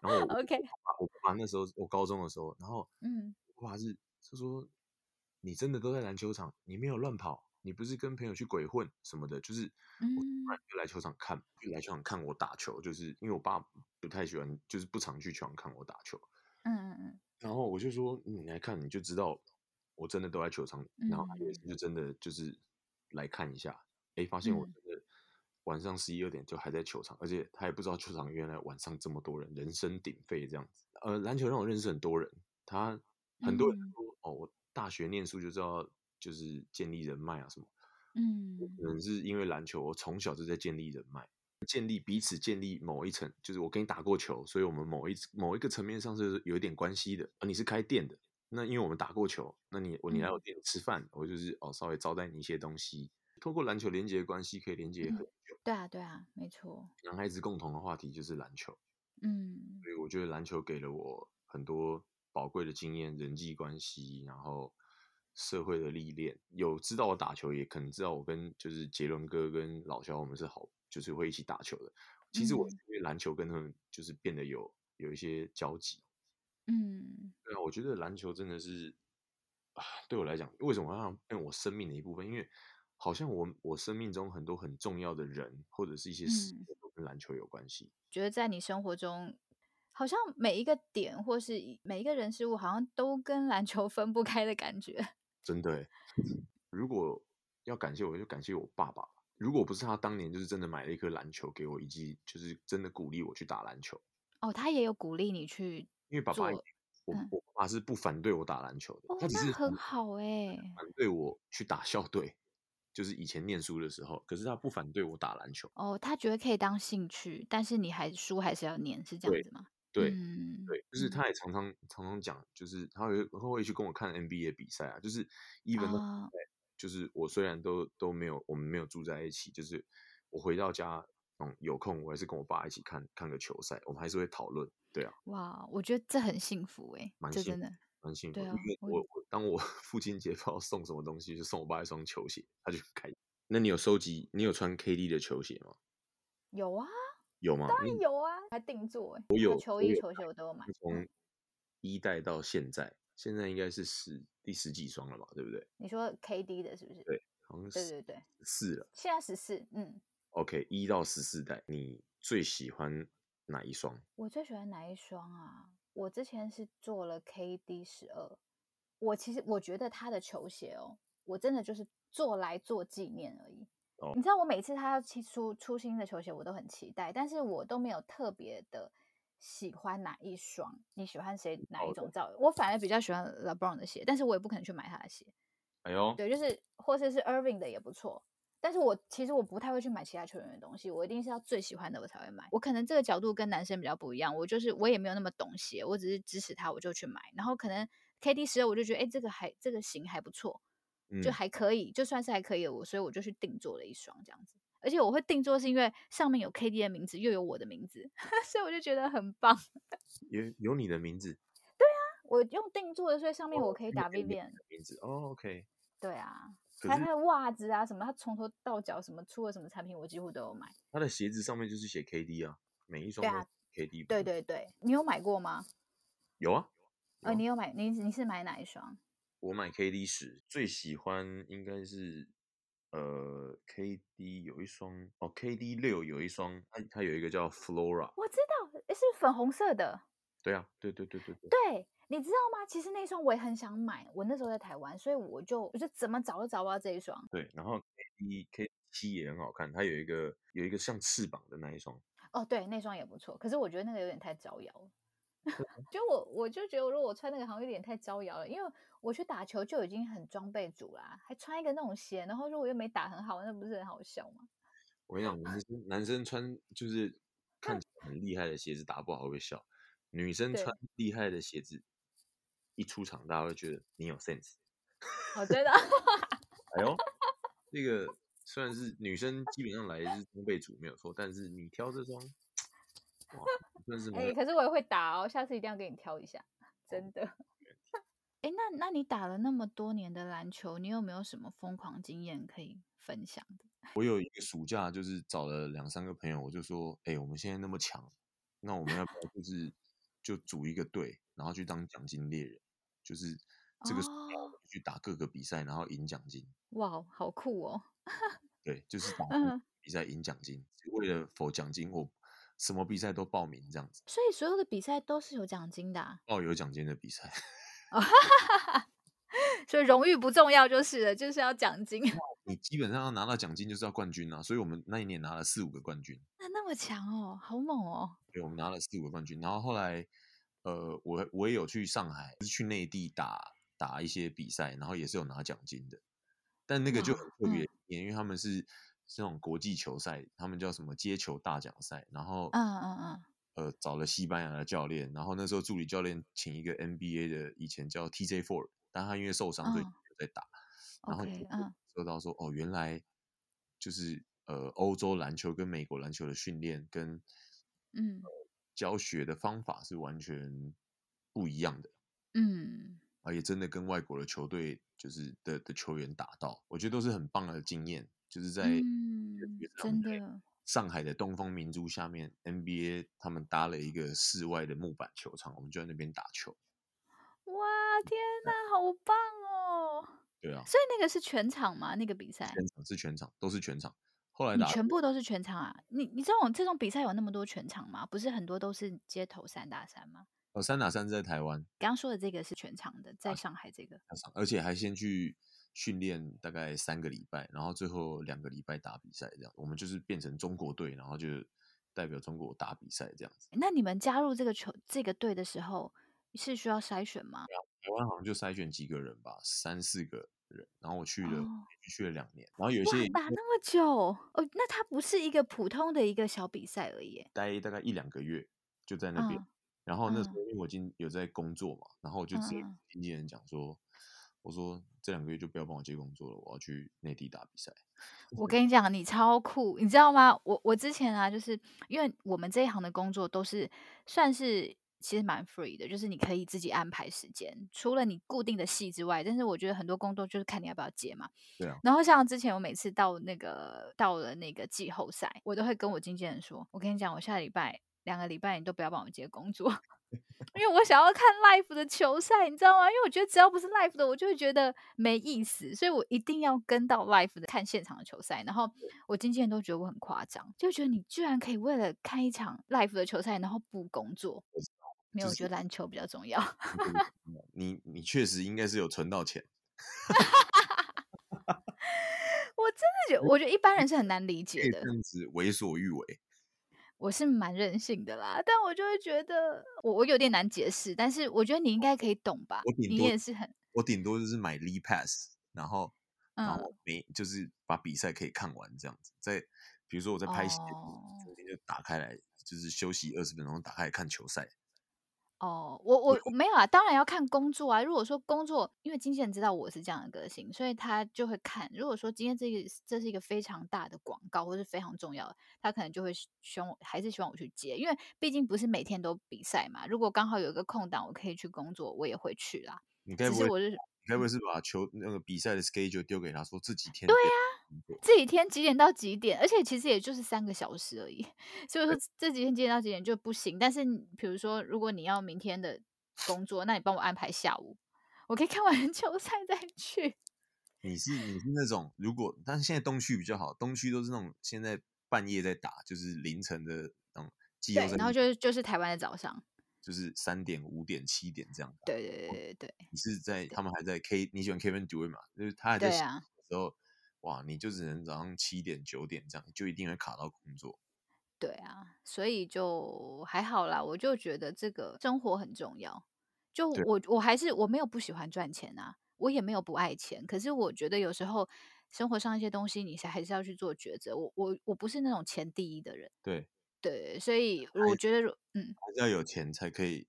Speaker 2: 然后我
Speaker 1: [laughs]
Speaker 2: 我
Speaker 1: ，OK，
Speaker 2: 爸我爸那时候我高中的时候，然后
Speaker 1: 嗯，
Speaker 2: 我爸是他说你真的都在篮球场，你没有乱跑，你不是跟朋友去鬼混什么的，就是我
Speaker 1: 嗯
Speaker 2: 突然就来球场看，就来球场看我打球，就是因为我爸不太喜欢，就是不常去球场看我打球。
Speaker 1: 嗯嗯
Speaker 2: 然后我就说嗯你来看，你就知道我真的都在球场。然后他
Speaker 1: 嗯
Speaker 2: 有一次就真的就是来看一下，诶，发现我
Speaker 1: 嗯
Speaker 2: 真的晚上十一二点就还在球场，而且他也不知道球场原来晚上这么多人，人声鼎沸这样子。呃，篮球让我认识很多人，他很多人
Speaker 1: 嗯
Speaker 2: 都说、哦，我大学念书就知道就是建立人脉啊什么。
Speaker 1: 嗯
Speaker 2: 我可能是因为篮球，我从小就在建立人脉，建立彼此建立某一层，就是我跟你打过球，所以我们某一某一个层面上是有一点关系的。啊，你是开店的，那因为我们打过球，那你我你来我店里吃饭，我就是哦稍微招待你一些东西。透过篮球连接关系，可以连接很
Speaker 1: 嗯
Speaker 2: 久。
Speaker 1: 对啊对啊，没错，
Speaker 2: 男孩子共同的话题就是篮球，
Speaker 1: 嗯
Speaker 2: 所以我觉得篮球给了我很多宝贵的经验、人际关系，然后社会的历练。有知道我打球，也可能知道我跟就是杰伦哥跟老肖我们是好，就是会一起打球的。其实我是
Speaker 1: 嗯
Speaker 2: 因为篮球跟他们就是变得有有一些交集。
Speaker 1: 嗯
Speaker 2: 对啊，我觉得篮球真的是啊，对我来讲，为什么要变我生命的一部分？因为好像我我生命中很多很重要的人或者是一些事
Speaker 1: 嗯，
Speaker 2: 都跟篮球有关系。
Speaker 1: 觉得在你生活中，好像每一个点或是一每一个人事物，好像都跟篮球 [laughs] 分不开的感觉。 [laughs]
Speaker 2: 真的欸，如果要感谢我，就感谢我爸爸吧。如果不是他当年就是真的买了一颗篮球给我，以及就是真的鼓励我去打篮球，
Speaker 1: 哦，他也有鼓励你去
Speaker 2: 因为爸爸
Speaker 1: 做
Speaker 2: 以前，我
Speaker 1: 嗯
Speaker 2: 我爸爸是不反对我打篮球的，
Speaker 1: 哦
Speaker 2: 他，只
Speaker 1: 那
Speaker 2: 是
Speaker 1: 很
Speaker 2: 反
Speaker 1: 好哎、
Speaker 2: 反对我去打校队，就是以前念书的时候，可是他不反对我打篮球。
Speaker 1: 哦，他觉得可以当兴趣，但是你还书还是要念，是这样
Speaker 2: 对
Speaker 1: 子吗？
Speaker 2: 对
Speaker 1: 嗯，
Speaker 2: 对，就是
Speaker 1: 嗯
Speaker 2: 他也常常常常讲，就是他会会去跟我看 NBA 比赛啊，就是一文
Speaker 1: 哦
Speaker 2: 就是我虽然都都没有我们没有住在一起，就是我回到家，嗯，有空我还是跟我爸一起看看个球赛，我们还是会讨论，对啊，
Speaker 1: 哇，我觉得这很幸福哎、
Speaker 2: 蛮
Speaker 1: 这
Speaker 2: 幸
Speaker 1: 真
Speaker 2: 福
Speaker 1: 的，
Speaker 2: 蛮幸福，
Speaker 1: 对
Speaker 2: 因
Speaker 1: 啊，
Speaker 2: 为
Speaker 1: 我
Speaker 2: 我我当我 [laughs] 父亲节不知道送什么东西，就送我爸一双球鞋，他就很开心。那你有收集？你有穿 KD 的球鞋吗？
Speaker 1: 有啊，
Speaker 2: 有吗？
Speaker 1: 当然有啊，还定做哎、
Speaker 2: 我有，
Speaker 1: 就球
Speaker 2: 我
Speaker 1: 衣、
Speaker 2: 有
Speaker 1: 球鞋我都有买，嗯
Speaker 2: 从一代到现在，现在应该是十第十几双了吧，对不对？
Speaker 1: 你说 KD 的是不是？
Speaker 2: 对好像
Speaker 1: 对
Speaker 2: 是
Speaker 1: 对对，
Speaker 2: 四了。
Speaker 1: 现在十四，嗯，
Speaker 2: OK，一到十四代，你最喜欢哪一双？
Speaker 1: 我最喜欢哪一双啊？我之前是做了 KD 十二，我其实我觉得他的球鞋哦，我真的就是做来做纪念而已。
Speaker 2: 哦
Speaker 1: 你知道我每次他要出出出新的球鞋，我都很期待，但是我都没有特别的喜欢哪一双。你喜欢谁哪
Speaker 2: 好
Speaker 1: 一
Speaker 2: 的
Speaker 1: 种造型？我反而比较喜欢 LeBron 的鞋，但是我也不可能去买他的鞋。
Speaker 2: 哎呦，
Speaker 1: 对，就是或者是 Irving 的也不错。但是我其实我不太会去买其他球员的东西，我一定是要最喜欢的我才会买。我可能这个角度跟男生比较不一样，我就是我也没有那么懂鞋，我只是支持他我就去买。然后可能 K D 十二我就觉得，哎、这个还这个型还不错，
Speaker 2: 嗯
Speaker 1: 就还可以，就算是还可以了我，所以我就去定做了一双这样子。而且我会定做是因为上面有 K D 的名字，又有我的名字， [laughs] 所以我就觉得很
Speaker 2: [laughs]
Speaker 1: 棒。
Speaker 2: 有有你的名字，
Speaker 1: 我用定做的，所以上面
Speaker 2: 哦
Speaker 1: 我可以
Speaker 2: 因为
Speaker 1: 打
Speaker 2: 有你
Speaker 1: Vivian，
Speaker 2: 的名字哦，OK。
Speaker 1: 对啊，
Speaker 2: 可
Speaker 1: 还有
Speaker 2: 是
Speaker 1: 他的袜子啊什么，他从头到脚什么出了什么产品，我几乎都有买。
Speaker 2: 他的鞋子上面就是写 KD 啊，每一双
Speaker 1: 对
Speaker 2: 都
Speaker 1: 啊
Speaker 2: KD 吧。
Speaker 1: 对对对，你有买过吗？
Speaker 2: 有啊，
Speaker 1: 呃，
Speaker 2: 有
Speaker 1: 你有买，你你是买哪一双？
Speaker 2: 我买 KD 十，最喜欢应该是呃 KD 有一双哦，KD 六有一双，它它有一个叫 Flora。
Speaker 1: 我知道，诶是粉红色的。
Speaker 2: 对啊，对对对对对，
Speaker 1: 对，你知道吗？其实那一双我也很想买，我那时候在台湾，所以我就我就怎么找都找不到这一双。
Speaker 2: 对，然后 KD K 七也很好看，它有一个有一个像翅膀的那一双，
Speaker 1: 哦，对，那双也不错，可是我觉得那个有点太招摇了。 [laughs] 就我我就觉得，如果我穿那个好像有点太招摇了，因为我去打球就已经很装备组啦，还穿一个那种鞋，然后如果又没打很好，那不是很好笑吗？嗯
Speaker 2: 我跟你讲，男生男生穿就是看起来很厉害的鞋子打不好会笑，女生
Speaker 1: 对
Speaker 2: 穿厉害的鞋子一出场，大家会觉得你有 sense。
Speaker 1: 我哦真的
Speaker 2: 哎呦，这个虽然是女生基本上来是中辈组没有错，但是你挑这双，哇，算是蛮
Speaker 1: 哎、
Speaker 2: 有
Speaker 1: 可是我也会打哦，下次一定要给你挑一下，
Speaker 2: 哦
Speaker 1: 真的。哎、那那你打了那么多年的篮球，你有没有什么疯狂经验可以分享的？
Speaker 2: 我有一个暑假，就是找了两三个朋友，我就说，哎、我们现在那么强，那我们要不要就是就组一个队，然后去当奖金猎人，就是这个暑假我
Speaker 1: 哦
Speaker 2: 们去打各个比赛，然后赢奖金。
Speaker 1: 哇，好酷哦！
Speaker 2: 对，就是打各个
Speaker 1: 嗯，
Speaker 2: 比赛赢奖金，为了否奖金，我什么比赛都报名这样子，
Speaker 1: 所以所有的比赛都是有奖金的啊、
Speaker 2: 报有奖金的比赛。 [laughs]
Speaker 1: 哦，哈哈哈， [laughs] 所以荣誉不重要就是了，就是要奖金。
Speaker 2: 你基本上要拿到奖金就是要冠军啊，所以我们那一年拿了四五个冠军，
Speaker 1: [laughs] 那那么强哦，好猛哦！
Speaker 2: 对，我们拿了四五个冠军。然后后来，呃，我我也有去上海，就是去内地打打一些比赛，然后也是有拿奖金的，但那个就很
Speaker 1: 哇，
Speaker 2: 特
Speaker 1: 嗯
Speaker 2: 别一点，因为他们是是那种国际球赛，他们叫什么接球大奖赛，然后
Speaker 1: 嗯嗯嗯，
Speaker 2: 呃找了西班牙的教练，然后那时候助理教练请一个 NBA 的，以前叫 TJ Ford，但他因为受伤所以
Speaker 1: 嗯
Speaker 2: 没有在打。然后
Speaker 1: ，OK，
Speaker 2: 你就会
Speaker 1: 嗯
Speaker 2: 知道说，哦，原来就是呃，欧洲篮球跟美国篮球的训练跟呃
Speaker 1: 嗯
Speaker 2: 教学的方法是完全不一样的，
Speaker 1: 嗯，
Speaker 2: 而且真的跟外国的球队就是的的球员打到，我觉得都是很棒的经验，就是在特
Speaker 1: 嗯，
Speaker 2: 别是他们
Speaker 1: 真
Speaker 2: 在
Speaker 1: 的，
Speaker 2: 上海的东方明珠下面，NBA 他们搭了一个室外的木板球场，我们就在那边打球。
Speaker 1: 哇，天哪，好棒哦！
Speaker 2: 对啊，
Speaker 1: 所以那个是全场吗？那个比赛，
Speaker 2: 全场是全场，都是全场。后来
Speaker 1: 你
Speaker 2: 打
Speaker 1: 全部都是全场啊？你你这种这种比赛有那么多全场吗？不是很多都是街头三打三吗？
Speaker 2: 呃三打三是在台湾，
Speaker 1: 刚刚说的这个是全场的，
Speaker 2: 啊
Speaker 1: 在上海这个，
Speaker 2: 上而且还先去训练大概三个礼拜，然后最后两个礼拜打比赛，这样我们就是变成中国队，然后就代表中国打比赛这样子。
Speaker 1: 那你们加入这个球这个队的时候是需要筛选吗？
Speaker 2: 台湾好像就筛选几个人吧，三四个人，然后我去了，
Speaker 1: 哦，
Speaker 2: 去了两年，然后有一
Speaker 1: 哇，
Speaker 2: 些也
Speaker 1: 打那么久哦，那它不是一个普通的一个小比赛而已耶。
Speaker 2: 待大概一两个月就在那边，
Speaker 1: 嗯
Speaker 2: 然后那时
Speaker 1: 嗯
Speaker 2: 候因为我已经有在工作嘛，然后我就
Speaker 1: 嗯
Speaker 2: 直接跟
Speaker 1: 嗯，
Speaker 2: 经纪人讲说，我说这两个月就不要帮我接工作了，我要去内地打比赛。
Speaker 1: 我跟你讲，你超酷，你知道吗？我我之前啊，就是因为我们这一行的工作都是算是其实蛮 free 的，就是你可以自己安排时间，除了你固定的戏之外，但是我觉得很多工作就是看你要不要接嘛。
Speaker 2: 对啊，
Speaker 1: 然后像之前我每次到那个到了那个季后赛，我都会跟我经纪人说，我跟你讲，我下礼拜两个礼拜你都不要帮我接工作，因为我想要看 live 的球赛，你知道吗？因为我觉得只要不是 live 的，我就会觉得没意思，所以我一定要跟到 live 的看现场的球赛。然后我经纪人都觉得我很夸张，就觉得你居然可以为了看一场 live 的球赛，然后不工作。
Speaker 2: 我知道
Speaker 1: 没有，
Speaker 2: 就
Speaker 1: 我
Speaker 2: 是
Speaker 1: 觉得篮球比较重要。 [laughs]
Speaker 2: 你你确实应该是有存到钱。
Speaker 1: 我真的觉得，我觉得一般人是很难理
Speaker 2: 可
Speaker 1: 解
Speaker 2: 以
Speaker 1: 的
Speaker 2: 这。样子为所欲为。
Speaker 1: 我是蛮任性的啦，但我就会觉得我我有点难解释，但是我觉得你应该可以懂吧，
Speaker 2: 哦我顶
Speaker 1: 你
Speaker 2: 多
Speaker 1: 也是很
Speaker 2: 我顶多就是买 l e pass，然后然
Speaker 1: 嗯
Speaker 2: 后每就是把比赛可以看完这样子。在比如说我在拍戏的时候，
Speaker 1: 哦
Speaker 2: 中间就打开来，就是休息二十分钟，打开来看球赛。
Speaker 1: 哦，我我
Speaker 2: 对
Speaker 1: 我没有啊，当然要看工作啊。如果说工作，因为经纪人知道我是这样的个性，所以他就会看。如果说今天这个这是一个非常大的广告，或是非常重要的，他可能就会希希望我还是希望我去接，因为毕竟不是每天都比赛嘛。如果刚好有一个空档，我可以去工作，我也会去啦。
Speaker 2: 你该
Speaker 1: 只
Speaker 2: 不
Speaker 1: 是
Speaker 2: 会
Speaker 1: 我就是
Speaker 2: 你该
Speaker 1: 嗯
Speaker 2: 不会是把球那个比赛的 schedule 丢给他说这几天
Speaker 1: 对
Speaker 2: 不要
Speaker 1: 呀、
Speaker 2: 工作？
Speaker 1: 这几天几点到几点，而且其实也就是三个小时而已， [laughs] 所以说这几天几点到几点就不行。但是你比如说，如果你要明天的工作，那你帮我安排下午，我可以看完 [laughs] 球赛再去。
Speaker 2: 你是你是那种如果，但是现在东区比较好，东区都是那种现在半夜在打，就是凌晨的那种季后
Speaker 1: 对，
Speaker 2: 赛，
Speaker 1: 然后就是就是台湾的早上，
Speaker 2: 就是三点、五点、七点这样打。
Speaker 1: 对对对对对
Speaker 2: 你是在他们还在 K，你喜欢 Kevin Durant 嘛？就是他还在
Speaker 1: 对
Speaker 2: 休息
Speaker 1: 啊，
Speaker 2: 的时候，哇，你就只能早上七点九点这样，就一定会卡到工作。
Speaker 1: 对啊，所以就还好啦。我就觉得这个生活很重要。就
Speaker 2: 对，
Speaker 1: 我我还是我没有不喜欢赚钱啊，我也没有不爱钱。可是我觉得有时候生活上一些东西，你是还是要去做抉择。我我我不是那种钱第一的人，
Speaker 2: 对，
Speaker 1: 对，所以我觉得如，嗯，
Speaker 2: 还是要有钱才
Speaker 1: [laughs]
Speaker 2: 可以，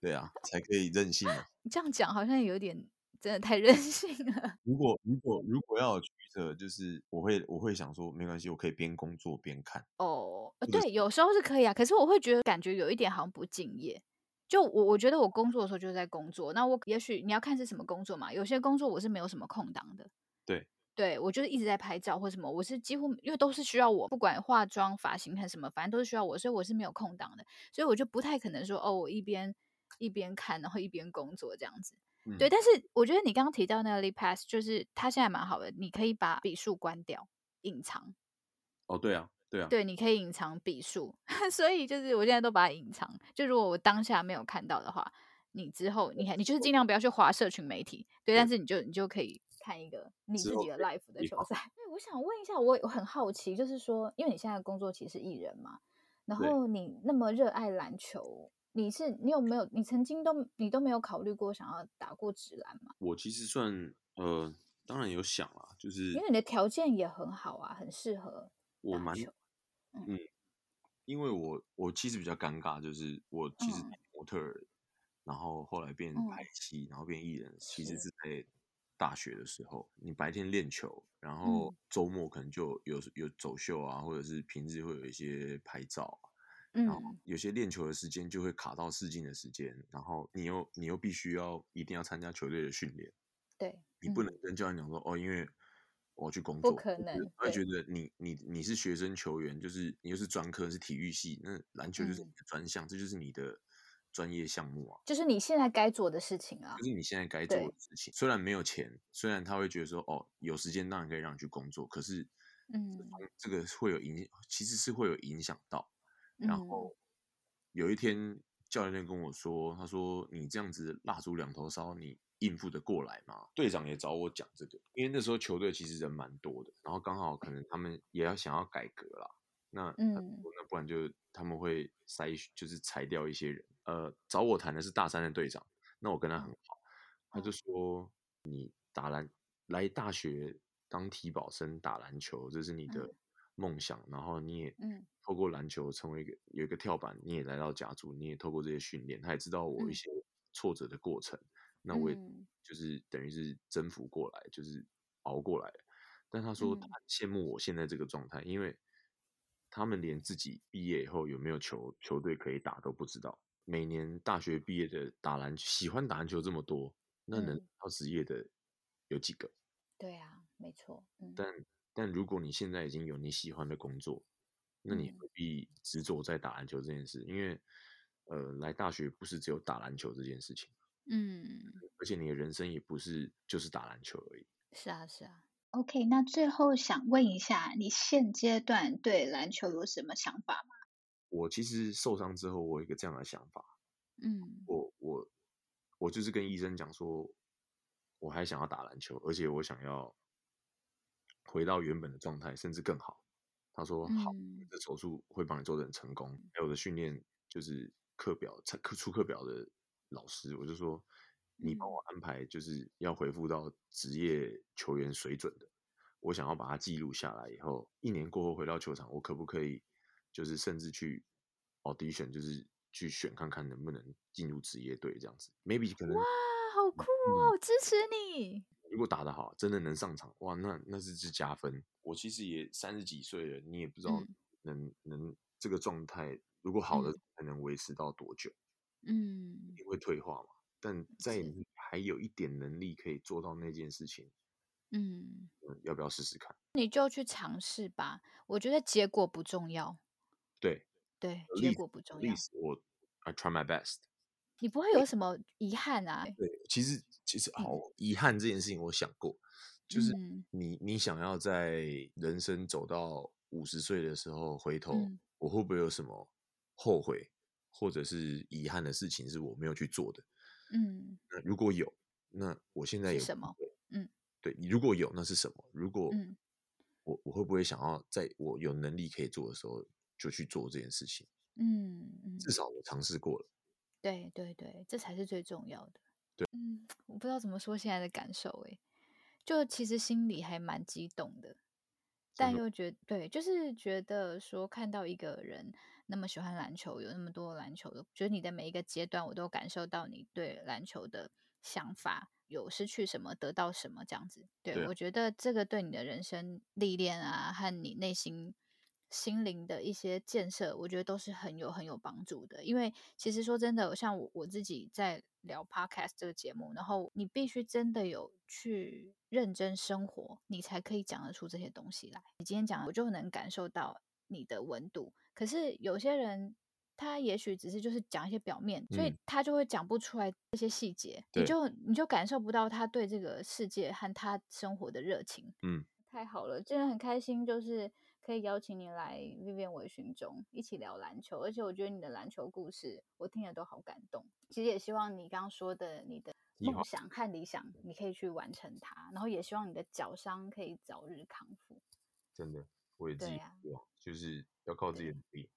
Speaker 2: 对啊，才可以任性嘛。
Speaker 1: 你这样讲好像有点真的太 [laughs] 任性了。
Speaker 2: 如果如果如果要有取舍，就是我会我会想说，没关系，我可以边工作边看。
Speaker 1: 哦，呃
Speaker 2: 或者
Speaker 1: 对，有时候是可以啊，可是我会觉得感觉有一点好像不敬业。就我我觉得我工作的时候就是在工作，那我也许你要看是什么工作嘛，有些工作我是没有什么空档的。
Speaker 2: 对，
Speaker 1: 对我就是一直在拍照或什么，我是几乎因为都是需要我，不管化妆、发型还是什么，反正都是需要我，所以我是没有空档的，所以我就不太可能说哦，我一边一边看，然后一边工作这样子。
Speaker 2: 嗯
Speaker 1: 对，但是我觉得你刚刚提到那个 Leap Pass，就是它现在蛮好的，你可以把笔数关掉，隐藏。
Speaker 2: 哦，对啊，对啊，
Speaker 1: 对，你可以隐藏笔数， [laughs] 所以就是我现在都把它隐藏。就如果我当下没有看到的话，你之后你还你就是尽量不要去划社群媒体，对，但是你就你就可以看一个你
Speaker 2: 之
Speaker 1: 自
Speaker 2: 后
Speaker 1: 己的
Speaker 2: 可以
Speaker 1: live 的
Speaker 2: 也
Speaker 1: 球赛。对，我想问一下，我我很好奇，就是说，因为你现在的工作其实是艺人嘛，然
Speaker 2: 对
Speaker 1: 后你那么热爱篮球，你是你有没有你曾经都你都没有考虑过想要打过职篮吗？
Speaker 2: 我其实算呃，当然有想啦，就是
Speaker 1: 因为你的条件也很好啊，很适合
Speaker 2: 我
Speaker 1: 打
Speaker 2: 蛮
Speaker 1: 球。
Speaker 2: 因为我我其实比较尴尬，就是我其实
Speaker 1: 嗯
Speaker 2: 模特儿，然后后来变
Speaker 1: 嗯
Speaker 2: 拍戏，然后变艺人，其实
Speaker 1: 是
Speaker 2: 是在大学的时候，你白天练球，然后
Speaker 1: 嗯
Speaker 2: 周末可能就有有走秀啊，或者是平日会有一些拍照啊，然后
Speaker 1: 嗯，
Speaker 2: 有些练球的时间就会卡到试镜的时间，然后你又你又必须要一定要参加球队的训练，
Speaker 1: 对，
Speaker 2: 你不
Speaker 1: 嗯
Speaker 2: 能跟教练讲说哦，因为我要去工
Speaker 1: 不
Speaker 2: 作，
Speaker 1: 可
Speaker 2: 我觉
Speaker 1: 能
Speaker 2: 得他会
Speaker 1: 对
Speaker 2: 觉得你你你是学生球员，就是你又是专科是体育系，那篮球就是你
Speaker 1: 嗯。
Speaker 2: 的专项，这就是你的专业项目啊，
Speaker 1: 就是你现在该做的事情啊。
Speaker 2: 就是你现在该做
Speaker 1: 对，
Speaker 2: 的事情。虽然没有钱，虽然他会觉得说哦，有时间当然可以让你去工作，可是
Speaker 1: 嗯
Speaker 2: 这个会有影，其实是会有影响到。然
Speaker 1: 嗯，
Speaker 2: 后有一天教练跟我说，他说你这样子蜡烛两头烧，你应付得过来吗？队长也找我讲这个，因为那时候球队其实人蛮多的，然后刚好可能他们也要想要改革啦。那他
Speaker 1: 嗯
Speaker 2: 说那不然就他们会筛，就是裁掉一些人。呃，找我谈的是大三的队长，那我跟他很
Speaker 1: 哦
Speaker 2: 好，他就
Speaker 1: 哦，
Speaker 2: 说来大学当体保生打篮球，这是你的
Speaker 1: 嗯
Speaker 2: 梦想，然后你也
Speaker 1: 嗯
Speaker 2: 透过篮球成为一个有一个跳板，你也来到甲组，你也透过这些训练，他也知道我一
Speaker 1: 嗯
Speaker 2: 些挫折的过程，那我也
Speaker 1: 嗯
Speaker 2: 就是等于是征服过来，就是熬过来了。但他说他
Speaker 1: 嗯
Speaker 2: 很羡慕我现在这个状态，因为他们连自己毕业以后有没有球球队可以打都不知道。每年大学毕业的打篮喜欢打篮球这么多，那能
Speaker 1: 嗯，
Speaker 2: 到职业的有几个？
Speaker 1: 对啊，没错，嗯
Speaker 2: 但但如果你现在已经有你喜欢的工作，那你
Speaker 1: 嗯
Speaker 2: 何必执着在打篮球这件事？因为呃，来大学不是只有打篮球这件事情，
Speaker 1: 嗯，
Speaker 2: 而且你的人生也不是就是打篮球而已。
Speaker 1: 是啊是啊，
Speaker 3: OK，那最后想问一下，你现阶段对篮球有什么想法吗？
Speaker 2: 我其实受伤之后，我有一个这样的想法，
Speaker 1: 嗯
Speaker 2: 我我我就是跟医生讲说，我还想要打篮球，而且我想要回到原本的状态，甚至更好。他说好，
Speaker 1: 嗯
Speaker 2: 这手术会帮你做的很成功。还有我的训练就是课表，出课出课表的老师，我就说你帮我
Speaker 1: 嗯
Speaker 2: 安排，就是要恢复到职业球员水准的。我想要把它记录下来以后，一年过后回到球场，我可不可以就是甚至去 audition，就是去选看看能不能进入职业队这样子？maybe 可
Speaker 1: 哇，
Speaker 2: 能，
Speaker 1: 啊好酷
Speaker 2: 嗯，
Speaker 1: 哦，支持你，
Speaker 2: 如果打得好，真的能上场，哇，那那是是加分。我其实也三十几岁了，你也不知道
Speaker 1: 嗯
Speaker 2: 能能这个状态，如果好的
Speaker 1: 嗯
Speaker 2: 还能维持到多久，一
Speaker 1: 嗯，
Speaker 2: 定会退化嘛。但在
Speaker 1: 是，
Speaker 2: 你还有一点能力可以做到那件事情，
Speaker 1: 嗯，
Speaker 2: 嗯，要不要试试看？
Speaker 1: 你就去尝试吧，我觉得结果不重要，
Speaker 2: 对，
Speaker 1: 对，
Speaker 2: at
Speaker 1: 结
Speaker 2: least
Speaker 1: 果不
Speaker 2: at
Speaker 1: 重要，
Speaker 2: least 我 I try my best。
Speaker 1: 你不会有什么遗憾啊，
Speaker 2: 对，其实其实好
Speaker 1: 嗯
Speaker 2: 遗憾这件事情，我想过，就是
Speaker 1: 嗯
Speaker 2: 你你想要在人生走到五十岁的时候回头，
Speaker 1: 嗯
Speaker 2: 我会不会有什么后悔或者是遗憾的事情是我没有去做的？
Speaker 1: 嗯，
Speaker 2: 那如果有，那我现在
Speaker 1: 是
Speaker 2: 有
Speaker 1: 什
Speaker 2: 机
Speaker 1: 么？
Speaker 2: 会，
Speaker 1: 嗯
Speaker 2: 对，如果有，那是什么？如果
Speaker 1: 嗯。
Speaker 2: 我我会不会想要在我有能力可以做的时候就去做这件事情？
Speaker 1: 嗯
Speaker 2: 至
Speaker 1: 嗯，
Speaker 2: 少我尝试过了。
Speaker 1: 对对对，这才是最重要的。
Speaker 2: 对，
Speaker 1: 嗯，我不欸知道怎么说现在的感受诶，就其实心里还蛮激动的，但
Speaker 2: 真的
Speaker 1: 又觉对，就是觉得说看到一个人那么喜欢篮球，有那么多篮球的，就是你的每一个阶段，我都感受到你对篮球的想法，有失去什么，得到什么这样子。对
Speaker 2: 对啊
Speaker 1: 我觉得这个对你的人生历练啊，和你内心。心灵的一些建设，我觉得都是很有很有帮助的。因为其实说真的，像我我自己在聊 podcast 这个节目，然后你必须真的有去认真生活，你才可以讲得出这些东西来。你今天
Speaker 2: 嗯
Speaker 1: 讲，我就能感受到你的温度。可是有些人。他也许只是就是讲一些表面，所以
Speaker 2: 嗯
Speaker 1: 他就会讲不出来这些细节，你
Speaker 2: 对
Speaker 1: 就你就感受不到他对这个世界和他生活的热情。
Speaker 2: 嗯，
Speaker 1: 太好了，真的很开心，就是可以邀请你来 Vivian 微醺中一起聊篮球，而且我觉得你的篮球故事我听了都好感动。其实也希望你刚刚说的你的
Speaker 2: 计划
Speaker 1: 梦想和理想，你可以去完成它，然后也希望你的脚伤可以早日康复。
Speaker 2: 真的，我也自
Speaker 1: 对
Speaker 2: 己
Speaker 1: 啊
Speaker 2: 有，就是要靠自己的努力。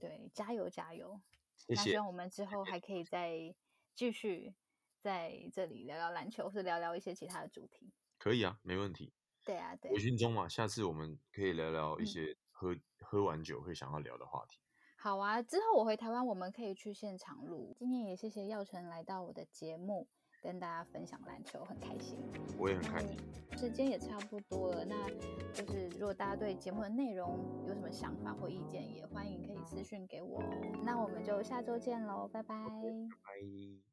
Speaker 1: 对，加油加油！
Speaker 2: 谢
Speaker 1: 那希
Speaker 2: 谢，
Speaker 1: 望我们之后还可以再继续在这里聊聊篮球，或是聊聊一些其他的主题。
Speaker 2: 可以啊，没问题。
Speaker 1: 对啊，对
Speaker 2: 微
Speaker 1: 啊，
Speaker 2: 醺中嘛，下次我们可以聊聊一
Speaker 1: 嗯
Speaker 2: 些喝喝完酒会想要聊的话题。
Speaker 1: 好啊，之后我回台湾，我们可以去现场录。今天也谢谢耀成来到我的节目，跟大家分享篮球，很开心。
Speaker 2: 我也很
Speaker 1: 然
Speaker 2: 开
Speaker 1: 后
Speaker 2: 心，
Speaker 1: 时间也差不多了，那就是如果大家对节目的内容有什么想法或意见，也欢迎可以私讯给我哦。那我们就下周见喽，拜拜。
Speaker 2: 拜。